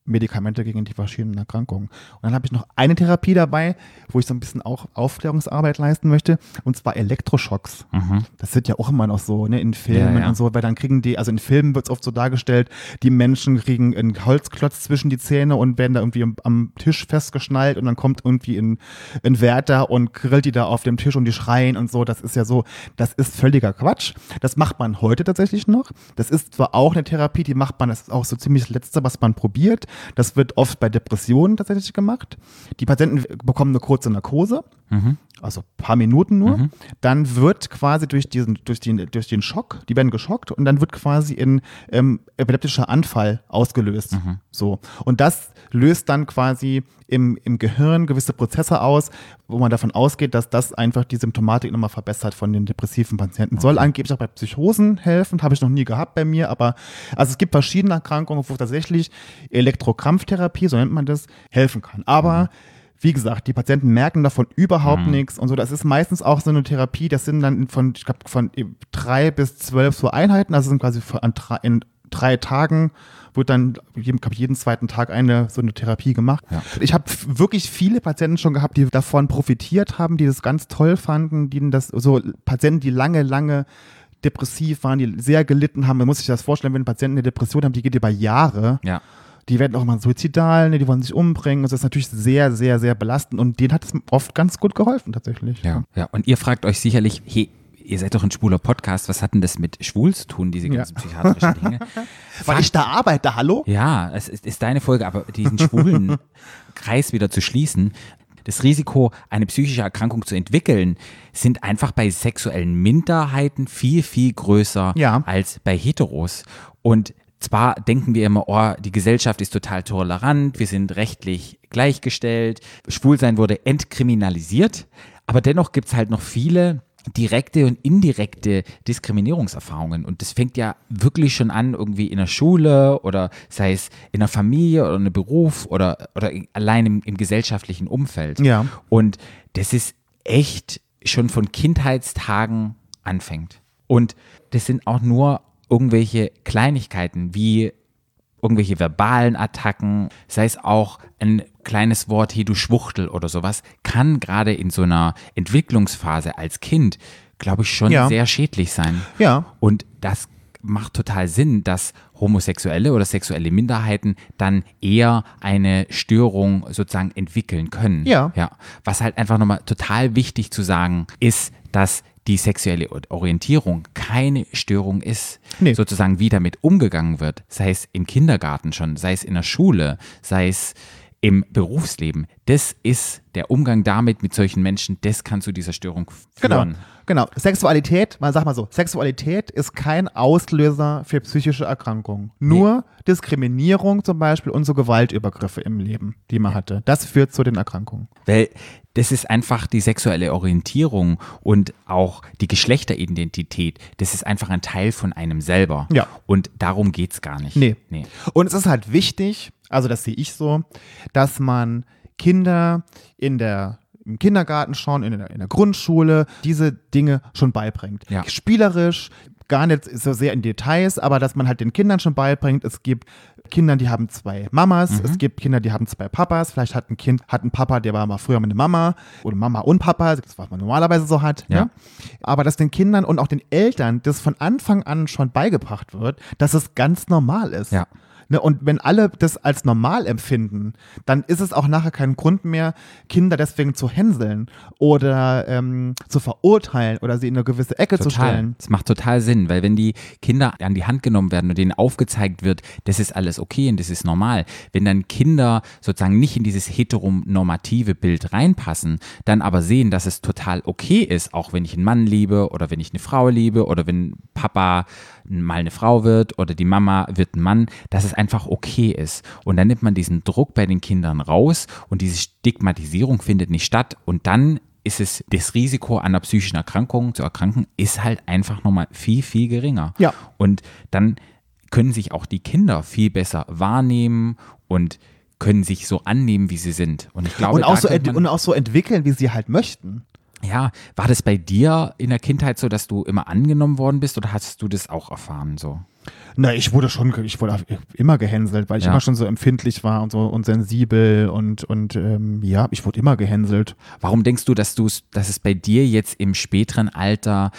Medikamente gegen die verschiedenen Erkrankungen. Und dann habe ich noch eine Therapie dabei, wo ich so ein bisschen auch Aufklärungsarbeit leisten möchte, und zwar Elektroschocks. Mhm. Das sind ja auch immer noch so, ne, in Filmen Ja, ja. und so, weil dann kriegen die, also in Filmen wird es oft so dargestellt, die Menschen kriegen einen Holzklotz zwischen die Zähne und werden da irgendwie am, am Tisch festgeschnallt und dann kommt irgendwie ein, ein Wärter und grillt die da auf dem Tisch und die schreien und so. Das ist ja so, das ist völliger Quatsch. Das macht man heute tatsächlich noch. Das ist zwar auch eine Therapie, die macht man, das ist auch so ziemlich das Letzte, was man probiert. Das wird oft bei Depressionen tatsächlich gemacht. Die Patienten bekommen eine kurze Narkose, also ein paar Minuten nur. Dann wird quasi durch diesen, durch den, durch den Schock, die werden geschockt und dann wird quasi ein ähm, epileptischer Anfall ausgelöst. So. Und das löst dann quasi im, im Gehirn gewisse Prozesse aus, wo man davon ausgeht, dass das einfach die Symptomatik nochmal verbessert von den depressiven Patienten. Soll angeblich auch bei Psychosen helfen, habe ich noch nie gehabt bei mir, aber also es gibt verschiedene Erkrankungen, wo tatsächlich Elektrokrampftherapie, so nennt man das, helfen kann. Aber wie gesagt, die Patienten merken davon überhaupt nichts und so. Das ist meistens auch so eine Therapie, das sind dann von, ich glaube, von eben drei bis zwölf so Einheiten, also sind quasi von- an drei, in drei Tagen wird dann jedem, glaub ich, jeden zweiten Tag eine so eine Therapie gemacht. Ich habe f- wirklich viele Patienten schon gehabt, die davon profitiert haben, die das ganz toll fanden, die das so Patienten, die lange, lange depressiv waren, die sehr gelitten haben. Man muss sich das vorstellen, wenn Patienten eine Depression haben, die geht über Jahre Ja. die werden auch mal suizidal, ne, die wollen sich umbringen. Und das ist natürlich sehr, sehr, sehr belastend. Und denen hat es oft ganz gut geholfen, tatsächlich. Ja, ja. Und ihr fragt euch sicherlich, hey, ihr seid doch ein schwuler Podcast, was hat denn das mit schwul zu tun, diese ganzen psychiatrischen Dinge? Weil ich da arbeite, hallo? Ja, es ist, ist deine Folge, aber diesen schwulen Kreis wieder zu schließen, das Risiko, eine psychische Erkrankung zu entwickeln, sind einfach bei sexuellen Minderheiten viel, viel größer Ja. als bei Heteros. Und zwar denken wir immer, oh, die Gesellschaft ist total tolerant, wir sind rechtlich gleichgestellt, Schwulsein wurde entkriminalisiert, aber dennoch gibt's halt noch viele direkte und indirekte Diskriminierungserfahrungen. Und das fängt ja wirklich schon an, irgendwie in der Schule oder sei es in der Familie oder in einem Beruf oder, oder in- allein im, im gesellschaftlichen Umfeld. Ja. Und das ist echt schon von Kindheitstagen anfängt. Und das sind auch nur irgendwelche Kleinigkeiten wie irgendwelche verbalen Attacken, sei es auch ein kleines Wort, hey du Schwuchtel oder sowas, kann gerade in so einer Entwicklungsphase als Kind, glaube ich, schon Ja. sehr schädlich sein. Ja. Und das macht total Sinn, dass homosexuelle oder sexuelle Minderheiten dann eher eine Störung sozusagen entwickeln können. Ja. ja. Was halt einfach nochmal total wichtig zu sagen ist, dass die sexuelle O- Orientierung keine Störung ist. Nee. Sozusagen, wie damit umgegangen wird, sei es im Kindergarten schon, sei es in der Schule, sei es im Berufsleben, das ist der Umgang damit mit solchen Menschen, das kann zu dieser Störung Genau. führen. Genau. Sexualität, mal sag mal so, Sexualität ist kein Auslöser für psychische Erkrankungen. Nur Diskriminierung zum Beispiel und so Gewaltübergriffe im Leben, die man hatte. Das führt zu den Erkrankungen. Weil das ist einfach die sexuelle Orientierung und auch die Geschlechteridentität. Das ist einfach ein Teil von einem selber. Ja. Und darum geht's gar nicht. Nee. Und es ist halt wichtig, also das sehe ich so, dass man Kinder in der im Kindergarten schon, in der, in der Grundschule, diese Dinge schon beibringt. Ja. Spielerisch, gar nicht so sehr in Details, aber dass man halt den Kindern schon beibringt, es gibt Kinder, die haben zwei Mamas, es Mhm. gibt Kinder, die haben zwei Papas, vielleicht hat ein Kind, hat ein Papa, der war mal früher mit einer Mama oder Mama und Papa, das was man normalerweise so hat. Ja. Ne? Aber dass den Kindern und auch den Eltern das von Anfang an schon beigebracht wird, dass es ganz normal ist. Ja. Ne, und wenn alle das als normal empfinden, dann ist es auch nachher kein Grund mehr, Kinder deswegen zu hänseln oder ähm, zu verurteilen oder sie in eine gewisse Ecke zu stellen. Das macht total Sinn, weil wenn die Kinder an die Hand genommen werden und denen aufgezeigt wird, das ist alles okay und das ist normal, wenn dann Kinder sozusagen nicht in dieses heteronormative Bild reinpassen, dann aber sehen, dass es total okay ist, auch wenn ich einen Mann liebe oder wenn ich eine Frau liebe oder wenn Papa mal eine Frau wird oder die Mama wird ein Mann, dass es einfach okay ist. Und dann nimmt man diesen Druck bei den Kindern raus und diese Stigmatisierung findet nicht statt und dann ist es das Risiko an einer psychischen Erkrankung zu erkranken, ist halt einfach nochmal viel, viel geringer. Ja. Und dann können sich auch die Kinder viel besser wahrnehmen und können sich so annehmen, wie sie sind. Und ich glaube, Und auch, da so könnte ent- man, und auch so entwickeln, wie sie halt möchten. ja, war das bei dir in der Kindheit so, dass du immer angenommen worden bist oder hast du das auch erfahren so? Na, ich wurde schon, ge- ich wurde auch immer gehänselt, weil ich Ja. immer schon so empfindlich war und so und sensibel und, und ähm, ja, ich wurde immer gehänselt. Warum denkst du, dass du dass es bei dir jetzt im späteren Alter,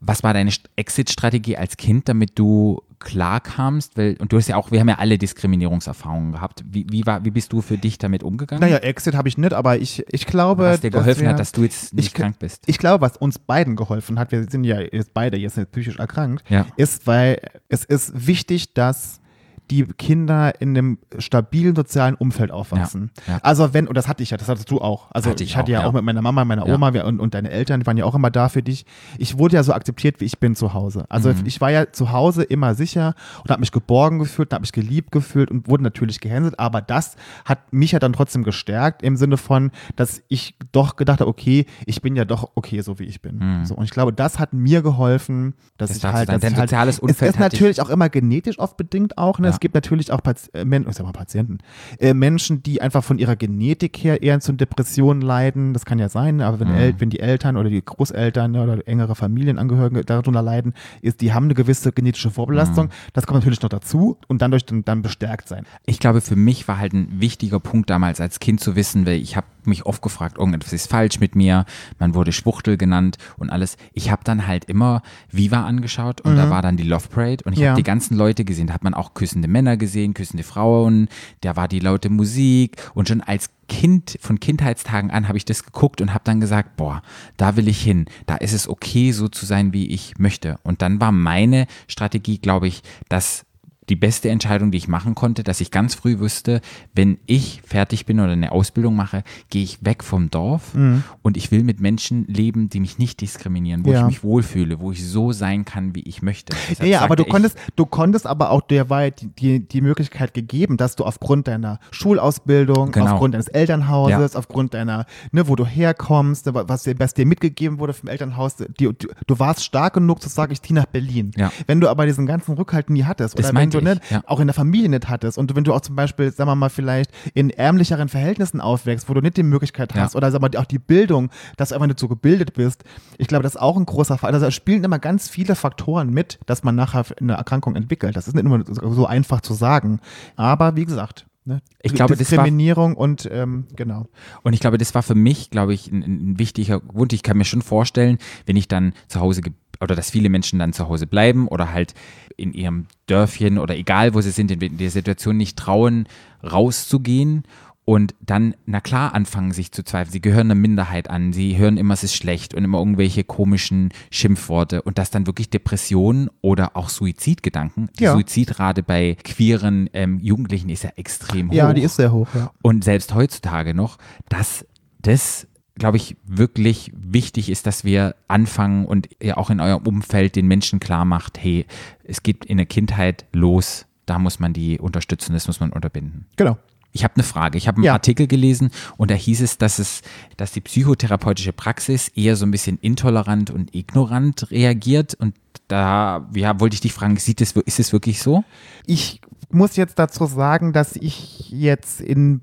was war deine St- Exit-Strategie als Kind, damit du klarkamst? Weil, und du hast ja auch, wir haben ja alle Diskriminierungserfahrungen gehabt. Wie, wie, war, wie bist du für dich damit umgegangen? Naja, Exit habe ich nicht, aber ich, ich glaube. was dir dass geholfen wir- hat, dass du jetzt nicht ich, k- krank bist. Ich glaube, was uns beiden geholfen hat, wir sind ja jetzt beide jetzt nicht psychisch erkrankt, Ja. ist, weil es ist wichtig, dass die Kinder in einem stabilen sozialen Umfeld aufwachsen. Ja, ja. Also wenn, und das hatte ich ja, das hattest du auch. Also Hatte ich ich, hatte auch, ja ja. auch mit meiner Mama, meiner Ja. Oma wir, und, und deine Eltern, die waren ja auch immer da für dich. Ich wurde ja so akzeptiert, wie ich bin zu Hause. Also Mhm. ich war ja zu Hause immer sicher und habe mich geborgen gefühlt, habe mich geliebt gefühlt und wurde natürlich gehänselt, aber das hat mich ja dann trotzdem gestärkt im Sinne von, dass ich doch gedacht habe, okay, ich bin ja doch okay, so wie ich bin. Mhm. So, und ich glaube, das hat mir geholfen, dass Das ich darfst du halt, sagen. dass ich Dein halt soziales Umfeld es ist hat dich- natürlich auch immer genetisch oft bedingt auch. Ne? Ja. Es gibt natürlich auch Pati äh, Men- ich sag mal Patienten, äh, Menschen, die einfach von ihrer Genetik her eher zu Depressionen leiden. Das kann ja sein, ne? aber Mhm. wenn, El wenn die Eltern oder die Großeltern ne, oder engere Familienangehörige darunter leiden, ist, die haben eine gewisse genetische Vorbelastung. Mhm. Das kommt natürlich noch dazu und dann durch den, dann bestärkt sein. ich glaube, für mich war halt ein wichtiger Punkt damals als Kind zu wissen, weil ich habe mich oft gefragt, irgendetwas ist falsch mit mir, man wurde Schwuchtel genannt und alles. Ich habe dann halt immer Viva angeschaut und da war dann die Love Parade und ich Mhm. Ja. habe die ganzen Leute gesehen, da hat man auch küssende Männer gesehen, küssende Frauen, da war die laute Musik und schon als Kind, von Kindheitstagen an habe ich das geguckt und habe dann gesagt, boah, da will ich hin, da ist es okay, so zu sein, wie ich möchte. Und dann war meine Strategie, glaube ich, dass die beste Entscheidung, die ich machen konnte, dass ich ganz früh wusste, wenn ich fertig bin oder eine Ausbildung mache, gehe ich weg vom Dorf Mhm. und ich will mit Menschen leben, die mich nicht diskriminieren, wo Ja. ich mich wohlfühle, wo ich so sein kann, wie ich möchte. Deshalb ja, ja, aber sagte du ich- konntest, du konntest aber auch derweil die, die, die Möglichkeit gegeben, dass du aufgrund deiner Schulausbildung, Genau. aufgrund deines Elternhauses, aufgrund deiner, ne, wo du herkommst, ne, wa- was, dir- was dir mitgegeben wurde vom Elternhaus, die, du, du warst stark genug zu sagen, ich ziehe nach Berlin. Ja. Wenn du aber diesen ganzen Rückhalt nie hattest Das oder wenn meinte du ne, nicht, ich, ja. auch in der Familie nicht hattest und wenn du auch zum Beispiel, sagen wir mal, vielleicht in ärmlicheren Verhältnissen aufwächst, wo du nicht die Möglichkeit Ja. hast oder sagen wir mal, auch die Bildung, dass du einfach nicht so gebildet bist, ich glaube, das ist auch ein großer Faktor. Also da spielen immer ganz viele Faktoren mit, dass man nachher eine Erkrankung entwickelt. Das ist nicht immer so einfach zu sagen. Aber wie gesagt, ne? Ich glaube, das war- Diskriminierung und ähm, genau. Und ich glaube, das war für mich, glaube ich, ein, ein wichtiger Grund. Ich kann mir schon vorstellen, wenn ich dann zu Hause ge- oder dass viele Menschen dann zu Hause bleiben oder halt in ihrem Dörfchen oder egal wo sie sind, in der Situation nicht trauen, rauszugehen. Und dann, na klar, anfangen sich zu zweifeln. Sie gehören einer Minderheit an. Sie hören immer, es ist schlecht und immer irgendwelche komischen Schimpfworte. Und dass dann wirklich Depressionen oder auch Suizidgedanken, die Ja. Suizidrate bei queeren ähm, Jugendlichen ist ja extrem hoch. Ja, die ist sehr hoch. Ja. Und selbst heutzutage noch, dass das, glaube ich, wirklich wichtig ist, dass wir anfangen und ihr auch in eurem Umfeld den Menschen klar macht, hey, es geht in der Kindheit los, da muss man die unterstützen, das muss man unterbinden. Genau. Ich habe eine Frage. Ich habe einen Ja. Artikel gelesen und da hieß es, dass es, dass die psychotherapeutische Praxis eher so ein bisschen intolerant und ignorant reagiert. Und da ja, wollte ich dich fragen, sieht es, ist es wirklich so? Ich muss jetzt dazu sagen, dass ich jetzt in,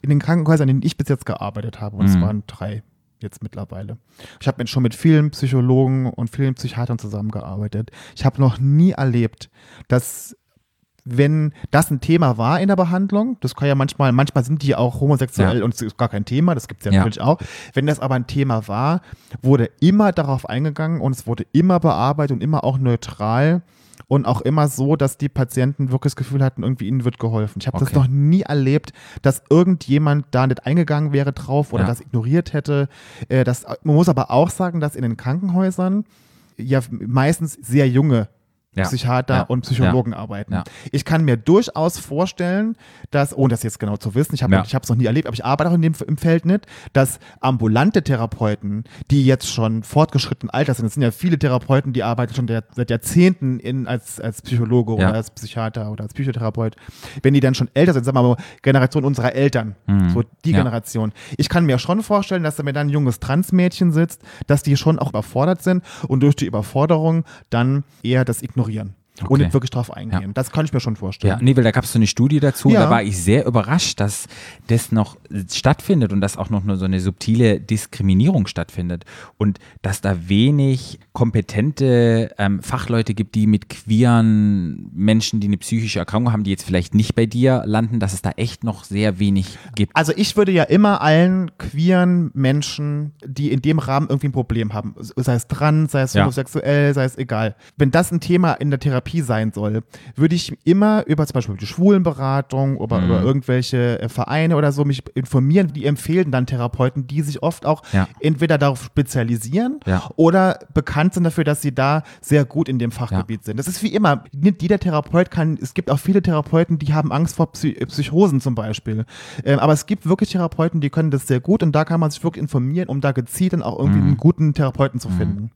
in den Krankenhäusern, in denen ich bis jetzt gearbeitet habe, und es waren drei jetzt mittlerweile. Ich habe mit, schon mit vielen Psychologen und vielen Psychiatern zusammengearbeitet. Ich habe noch nie erlebt, dass wenn das ein Thema war in der Behandlung, das kann ja manchmal, manchmal sind die auch homosexuell Ja. und es ist gar kein Thema, das gibt es ja, Ja. natürlich auch. Wenn das aber ein Thema war, wurde immer darauf eingegangen und es wurde immer bearbeitet und immer auch neutral und auch immer so, dass die Patienten wirklich das Gefühl hatten, irgendwie ihnen wird geholfen. Ich habe das Okay. noch nie erlebt, dass irgendjemand da nicht eingegangen wäre drauf oder Ja. das ignoriert hätte. Äh, Das, man muss aber auch sagen, dass in den Krankenhäusern ja meistens sehr junge Ja. Psychiater Ja. und Psychologen arbeiten. Ja. Ich kann mir durchaus vorstellen, dass, ohne das jetzt genau zu wissen, ich habe Ja. ich es noch nie erlebt, aber ich arbeite auch in dem im Feld nicht, dass ambulante Therapeuten, die jetzt schon fortgeschrittenen Alters sind, es sind ja viele Therapeuten, die arbeiten schon der, seit Jahrzehnten in, als, als Psychologe Ja. oder als Psychiater oder als Psychotherapeut, wenn die dann schon älter sind, sagen wir mal Generation unserer Eltern, so die Mhm. Ja. Generation. Ich kann mir schon vorstellen, dass da mir dann ein junges Transmädchen sitzt, dass die schon auch überfordert sind und durch die Überforderung dann eher das ignorieren. Und Okay. nicht wirklich drauf eingehen. Ja. Das kann ich mir schon vorstellen. Ja, nee, weil da gab es so eine Studie dazu, Ja. da war ich sehr überrascht, dass das noch stattfindet und dass auch noch nur so eine subtile Diskriminierung stattfindet und dass da wenig kompetente ähm, Fachleute gibt, die mit queeren Menschen, die eine psychische Erkrankung haben, die jetzt vielleicht nicht bei dir landen, dass es da echt noch sehr wenig gibt. Also ich würde ja immer allen queeren Menschen, die in dem Rahmen irgendwie ein Problem haben, sei es trans, sei es Ja. homosexuell, sei es egal, wenn das ein Thema in der Thera Therapie sein soll, würde ich immer über zum Beispiel die Schwulenberatung oder Mhm. über irgendwelche äh, Vereine oder so mich informieren. Die empfehlen dann Therapeuten, die sich oft auch Ja. entweder darauf spezialisieren Ja. oder bekannt sind dafür, dass sie da sehr gut in dem Fachgebiet sind. Das ist wie immer. Nicht jeder Therapeut kann, es gibt auch viele Therapeuten, die haben Angst vor Psy äh, Psychosen zum Beispiel. Ähm, aber es gibt wirklich Therapeuten, die können das sehr gut und da kann man sich wirklich informieren, um da gezielt dann auch irgendwie Mhm. einen guten Therapeuten zu finden.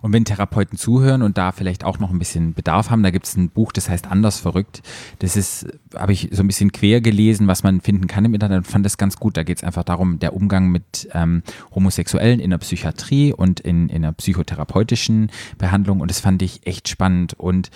Und wenn Therapeuten zuhören und da vielleicht auch noch ein bisschen Bedarf haben, da gibt es ein Buch, das heißt Anders verrückt. Das ist, habe ich so ein bisschen quer gelesen, was man finden kann im Internet und fand das ganz gut. Da geht es einfach darum, der Umgang mit ähm, Homosexuellen in der Psychiatrie und in, in der psychotherapeutischen Behandlung. Und das fand ich echt spannend. Und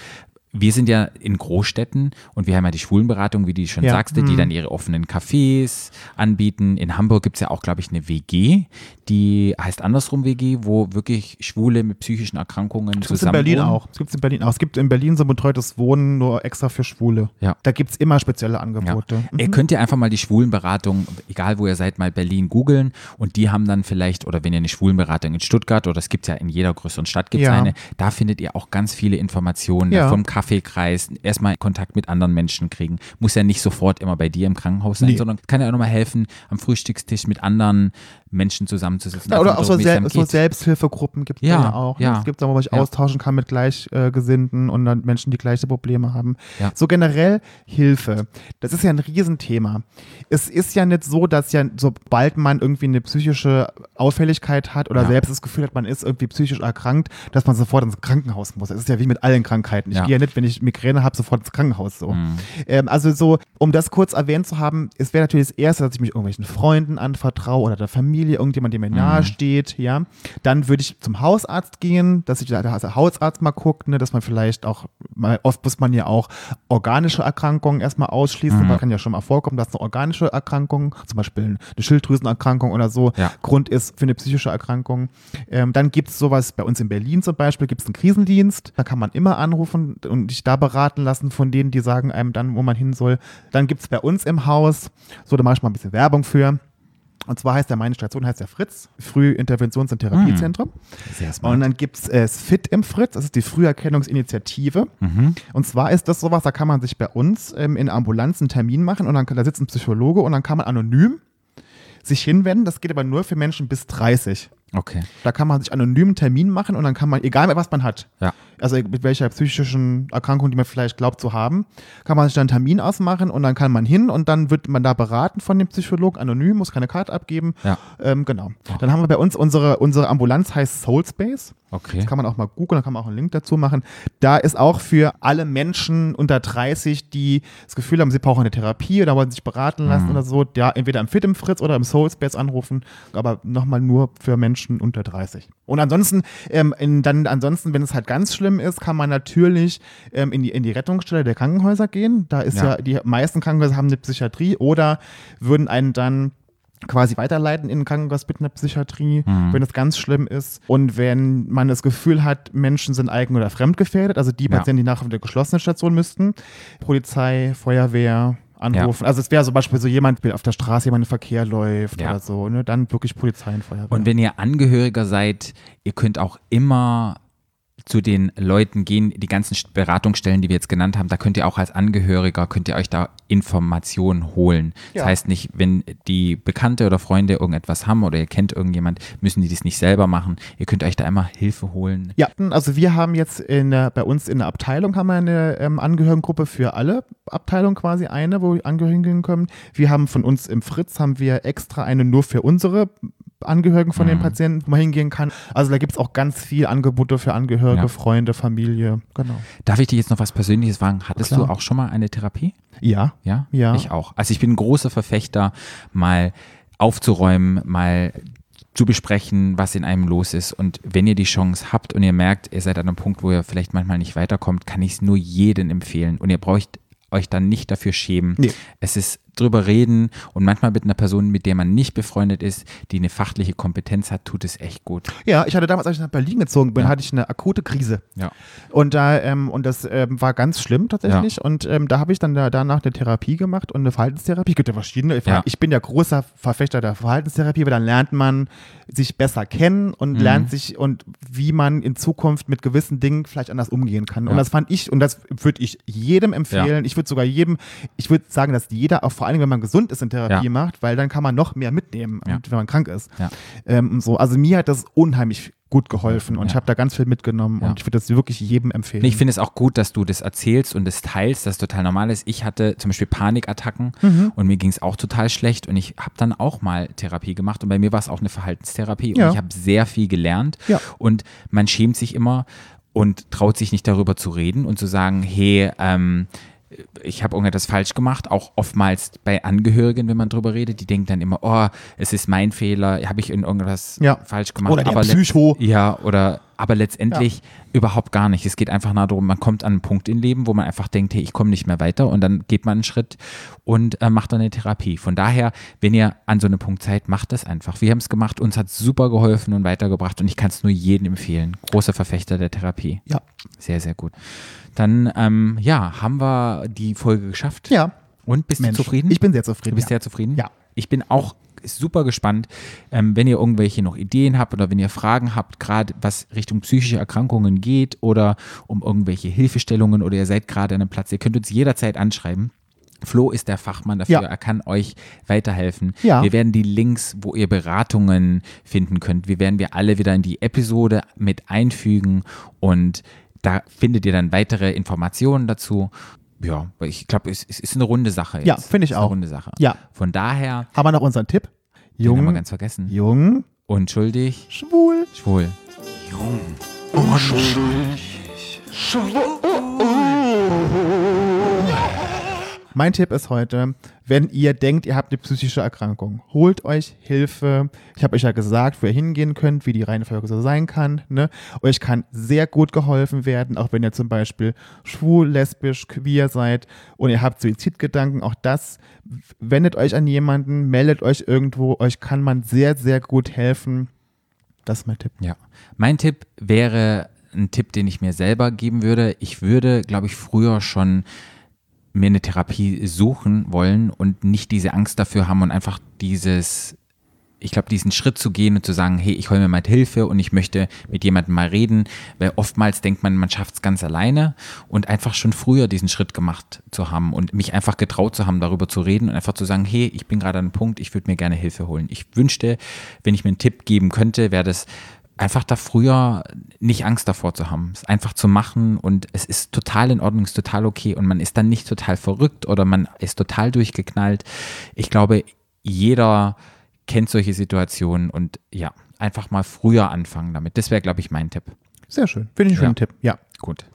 wir sind ja in Großstädten und wir haben ja die Schwulenberatung, wie du schon Ja. sagst, die dann Mhm. ihre offenen Cafés anbieten. In Hamburg gibt es ja auch, glaube ich, eine WG, die heißt andersrum WG, wo wirklich Schwule mit psychischen Erkrankungen Das gibt in zusammen Berlin wohnen. auch. Das gibt in Berlin auch. Es gibt in Berlin so betreutes Wohnen nur extra für Schwule. Ja. Da gibt es immer spezielle Ja. Angebote. Mhm. Ihr könnt ja einfach mal die Schwulenberatung, egal wo ihr seid, mal Berlin googeln und die haben dann vielleicht, oder wenn ihr eine Schwulenberatung in Stuttgart oder es gibt ja in jeder größeren Stadt gibt es Ja. eine, da findet ihr auch ganz viele Informationen Ja. vom Kaffeekreis, erstmal Kontakt mit anderen Menschen kriegen. Muss ja nicht sofort immer bei dir im Krankenhaus sein, Nee. sondern kann ja auch nochmal helfen, am Frühstückstisch mit anderen Menschen zusammenzusitzen. Ja, einfach oder auch so, darum, wie es Sel einem so geht. Selbsthilfegruppen gibt es Ja, ja, auch. ne? ja. Es gibt da, wo man sich Ja. austauschen kann mit Gleichgesinnten und dann Menschen, die gleiche Probleme haben. Ja. So generell Hilfe. Das ist ja ein Riesenthema. Es ist ja nicht so, dass ja, sobald man irgendwie eine psychische Auffälligkeit hat oder Ja. selbst das Gefühl hat, man ist irgendwie psychisch erkrankt, dass man sofort ins Krankenhaus muss. Es ist ja wie mit allen Krankheiten. Ich Ja. Mhm. gehe ja nicht, wenn ich Migräne habe, sofort ins Krankenhaus so. Ähm, also so, um das kurz erwähnt zu haben, es wäre natürlich das Erste, dass ich mich irgendwelchen Freunden anvertraue oder der Familie, irgendjemand, der mir nahe steht, ja. Dann würde ich zum Hausarzt gehen, dass sich da der der Hausarzt mal guckt, ne, dass man vielleicht auch, mal, oft muss man ja auch organische Erkrankungen erstmal ausschließen, weil kann ja schon mal vorkommen, dass eine organische Erkrankung, zum Beispiel eine Schilddrüsenerkrankung oder so, Ja. Grund ist für eine psychische Erkrankung. Ähm, dann gibt es sowas bei uns in Berlin zum Beispiel, gibt es einen Krisendienst. Da kann man immer anrufen und dich da beraten lassen von denen, die sagen einem dann, wo man hin soll. Dann gibt es bei uns im Haus, so da mache ich mal ein bisschen Werbung für. Und zwar heißt der, meine Station heißt der Fritz, Frühinterventions- und Therapiezentrum. Sehr smart. Und dann gibt es äh, das FIT im Fritz, das ist die Früherkennungsinitiative. Mhm. Und zwar ist das sowas, da kann man sich bei uns ähm, in der Ambulanz einen Termin machen und dann kann, da sitzt ein Psychologe und dann kann man anonym sich hinwenden. Das geht aber nur für Menschen bis 30. Okay. Da kann man sich anonym einen Termin machen und dann kann man, egal was man hat, Ja. also mit welcher psychischen Erkrankung, die man vielleicht glaubt zu haben, kann man sich dann einen Termin ausmachen und dann kann man hin und dann wird man da beraten von dem Psychologen, anonym, muss keine Karte abgeben. Ja. Ähm, genau. Dann haben wir bei uns unsere, unsere Ambulanz heißt Soul Space. Okay. Das kann man auch mal googeln, da kann man auch einen Link dazu machen. Da ist auch für alle Menschen unter 30, die das Gefühl haben, sie brauchen eine Therapie oder wollen sich beraten lassen Mhm. oder so, ja, entweder im Fit im Fritz oder im Soul Space anrufen, aber nochmal nur für Menschen unter 30. Und ansonsten, ähm, in, dann ansonsten, wenn es halt ganz schlimm ist, kann man natürlich ähm, in, die, in die Rettungsstelle der Krankenhäuser gehen. Da ist Ja. ja, die meisten Krankenhäuser haben eine Psychiatrie oder würden einen dann quasi weiterleiten in ein Krankenhaus mit einer Psychiatrie, Mhm. wenn es ganz schlimm ist. Und wenn man das Gefühl hat, Menschen sind eigen- oder fremdgefährdet, also die Ja. Patienten, die nachher auf der geschlossenen Station müssten, Polizei, Feuerwehr anrufen. Also es wäre zum Beispiel so jemand, der auf der Straße jemand im Verkehr läuft Ja. oder so, ne? dann wirklich Polizei und Feuerwehr. Und wenn ihr Angehöriger seid, ihr könnt auch immer zu den Leuten gehen, die ganzen St- Beratungsstellen, die wir jetzt genannt haben, da könnt ihr auch als Angehöriger, könnt ihr euch da Informationen holen. Das Ja. heißt nicht, wenn die Bekannte oder Freunde irgendetwas haben oder ihr kennt irgendjemand, müssen die das nicht selber machen. Ihr könnt euch da immer Hilfe holen. Ja, also wir haben jetzt in der, bei uns in der Abteilung haben wir eine ähm, Angehörigengruppe für alle Abteilungen quasi eine, wo die Angehörigen hingehen können. Wir haben von uns im Fritz haben wir extra eine nur für unsere Angehörigen von den Patienten, wo man hingehen kann. Also da gibt's auch ganz viel Angebote für Angehörige, Ja. Freunde, Familie. Genau. Darf ich dir jetzt noch was Persönliches fragen? Hattest Klar. du auch schon mal eine Therapie? Ja. Ja? Ja. Ich auch. Also ich bin ein großer Verfechter, mal aufzuräumen, mal zu besprechen, was in einem los ist. Und wenn ihr die Chance habt und ihr merkt, ihr seid an einem Punkt, wo ihr vielleicht manchmal nicht weiterkommt, kann ich es nur jedem empfehlen. Und ihr braucht euch dann nicht dafür schämen. Nee. Es ist drüber reden und manchmal mit einer Person, mit der man nicht befreundet ist, die eine fachliche Kompetenz hat, tut es echt gut. Ja, ich hatte damals, als ich nach Berlin gezogen bin, hatte ich eine akute Krise. Ja. Und da, ähm, und das ähm, war ganz schlimm tatsächlich. Und ähm, da habe ich dann da, danach eine Therapie gemacht und eine Verhaltenstherapie. Gibt ja verschiedene. Ich- Ja. Ich bin ja großer Verfechter der Verhaltenstherapie, weil dann lernt man sich besser kennen Mhm. und lernt sich und wie man in Zukunft mit gewissen Dingen vielleicht anders umgehen kann. Und Ja. das fand ich, und das würde ich jedem empfehlen. Ich würde sogar jedem, ich würde sagen, dass jeder, auch vor allem, wenn man gesund ist, in Therapie Ja. macht, weil dann kann man noch mehr mitnehmen, Ja. und wenn man krank ist. Ja. Ähm, und so. Also mir hat das unheimlich gut geholfen und Ja. ich habe da ganz viel mitgenommen Ja. und ich würde das wirklich jedem empfehlen. Nee, ich finde es auch gut, dass du das erzählst und das teilst, dass total normal ist. Ich hatte zum Beispiel Panikattacken Mhm. und mir ging es auch total schlecht und ich habe dann auch mal Therapie gemacht und bei mir war es auch eine Verhaltenstherapie und Ja. ich habe sehr viel gelernt Ja. und man schämt sich immer und traut sich nicht darüber zu reden und zu sagen, hey, ähm, ich habe irgendetwas falsch gemacht, auch oftmals bei Angehörigen, wenn man drüber redet, die denken dann immer, oh, es ist mein Fehler, habe ich in irgendwas Ja. falsch gemacht. Oder der le- Psycho. ja, oder aber letztendlich überhaupt gar nicht. Es geht einfach nur darum, man kommt an einen Punkt im Leben, wo man einfach denkt, hey, ich komme nicht mehr weiter und dann geht man einen Schritt und äh, macht dann eine Therapie. Von daher, wenn ihr an so einem Punkt seid, macht das einfach. Wir haben es gemacht, uns hat super geholfen und weitergebracht und ich kann es nur jedem empfehlen. Großer Verfechter der Therapie. ja. Sehr, sehr gut. Dann, ähm, ja, haben wir die Folge geschafft. Ja. Und bist Mensch, du zufrieden? Ich bin sehr zufrieden. Du bist ja. sehr zufrieden? Ja. Ich bin auch super gespannt, ähm, wenn ihr irgendwelche noch Ideen habt oder wenn ihr Fragen habt, gerade was Richtung psychische Erkrankungen geht oder um irgendwelche Hilfestellungen oder ihr seid gerade an einem Platz, ihr könnt uns jederzeit anschreiben. Flo ist der Fachmann dafür, Ja. er kann euch weiterhelfen. Ja. Wir werden die Links, wo ihr Beratungen finden könnt, wir werden wir alle wieder in die Episode mit einfügen und da findet ihr dann weitere Informationen dazu. Ja, weil ich glaube, es, es ist eine runde Sache jetzt. Ja, finde ich Ist eine auch. runde Sache. Ja. Von daher, Haben wir noch unseren Tipp? den haben wir Jung, ganz vergessen. jung, Unschuldig, schwul. schwul. Mein Tipp ist heute, wenn ihr denkt, ihr habt eine psychische Erkrankung, holt euch Hilfe. Ich habe euch ja gesagt, wo ihr hingehen könnt, wie die Reihenfolge so sein kann. Ne? Euch kann sehr gut geholfen werden, auch wenn ihr zum Beispiel schwul, lesbisch, queer seid und ihr habt Suizidgedanken. Auch das, wendet euch an jemanden, meldet euch irgendwo. Euch kann man sehr, sehr gut helfen. Das ist mein Tipp. Ja. Mein Tipp wäre ein Tipp, den ich mir selber geben würde. Ich würde, glaube ich, früher schon mir eine Therapie suchen wollen und nicht diese Angst dafür haben und einfach dieses, ich glaube, diesen Schritt zu gehen und zu sagen, hey, ich hole mir mal Hilfe und ich möchte mit jemandem mal reden, weil oftmals denkt man, man schafft es ganz alleine und einfach schon früher diesen Schritt gemacht zu haben und mich einfach getraut zu haben, darüber zu reden und einfach zu sagen, hey, ich bin gerade an einem Punkt, ich würde mir gerne Hilfe holen. Ich wünschte, wenn ich mir einen Tipp geben könnte, wäre das einfach da früher nicht Angst davor zu haben, es einfach zu machen und es ist total in Ordnung, es ist total okay und man ist dann nicht total verrückt oder man ist total durchgeknallt. Ich glaube, jeder kennt solche Situationen und ja, einfach mal früher anfangen damit. Das wäre, glaube ich, mein Tipp. Sehr schön. Finde ich einen schönen Ja. Tipp. Ja. Gut.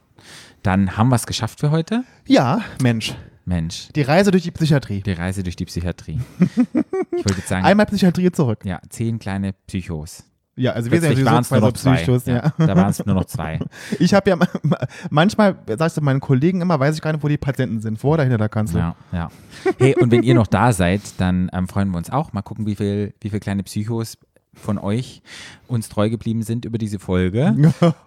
Dann haben wir es geschafft für heute. Ja, Mensch. Mensch, Die Reise durch die Psychiatrie. die Reise durch die Psychiatrie. Ich wollte jetzt sagen, Einmal Psychiatrie zurück. ja, zehn kleine Psychos. Ja, also wir sind Plötzlich ja sowieso waren's zwei nur so noch zwei. Psychos. Ja, Ja. da waren es nur noch (laughs) zwei. Ich habe ja ma- ma- manchmal, sagst du meinen Kollegen immer, weiß ich gar nicht, wo die Patienten sind, vor oder hinter der Kanzel. Ja, ja. Hey, und wenn ihr noch da seid, dann ähm, freuen wir uns auch. Mal gucken, wie viel, wie viel kleine Psychos von euch uns treu geblieben sind über diese Folge.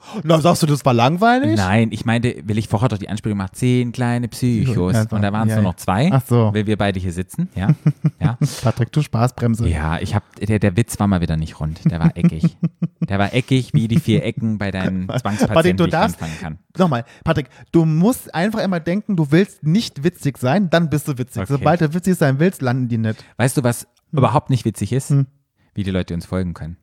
(laughs) Na, sagst du, das war langweilig? Nein, ich meinte, will ich vorher doch die Anspielung machen, zehn kleine Psychos. Ja, so. Und da waren es Ja, nur ja. noch zwei, Ach so. weil wir beide hier sitzen. (laughs) Ja, ja. Patrick, du Spaßbremse. ja ich hab, der, der Witz war mal wieder nicht rund. Der war eckig. Der war eckig wie die vier Ecken bei (laughs) deinen Patrick, Zwangspatienten, du die ich darfst- anfangen kann. Nochmal, Patrick, du musst einfach immer denken, du willst nicht witzig sein, dann bist du witzig. Okay. Sobald du witzig sein willst, landen die nicht. Weißt du, was Hm. überhaupt nicht witzig ist? Wie die Leute uns folgen können.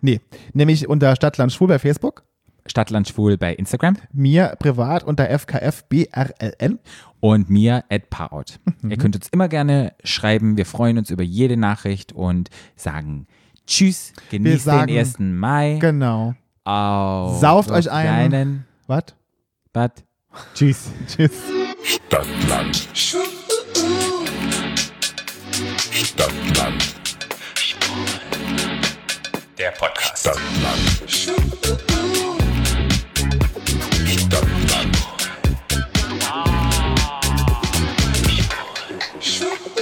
Nee, nämlich unter Stadtland Schwul bei Facebook, Stadtland Schwul bei Instagram. mir privat unter FKFBRLN. und mir at Parout. Mhm. Ihr könnt uns immer gerne schreiben. Wir freuen uns über jede Nachricht und sagen Tschüss. Genießt sagen- den 1. Mai. Genau. Auf Sauft euch ein. Einen, Was? Bad. Tschüss. Tschüss. Stadtland. Stadtland. Der Podcast. Stadtland. Stadtland.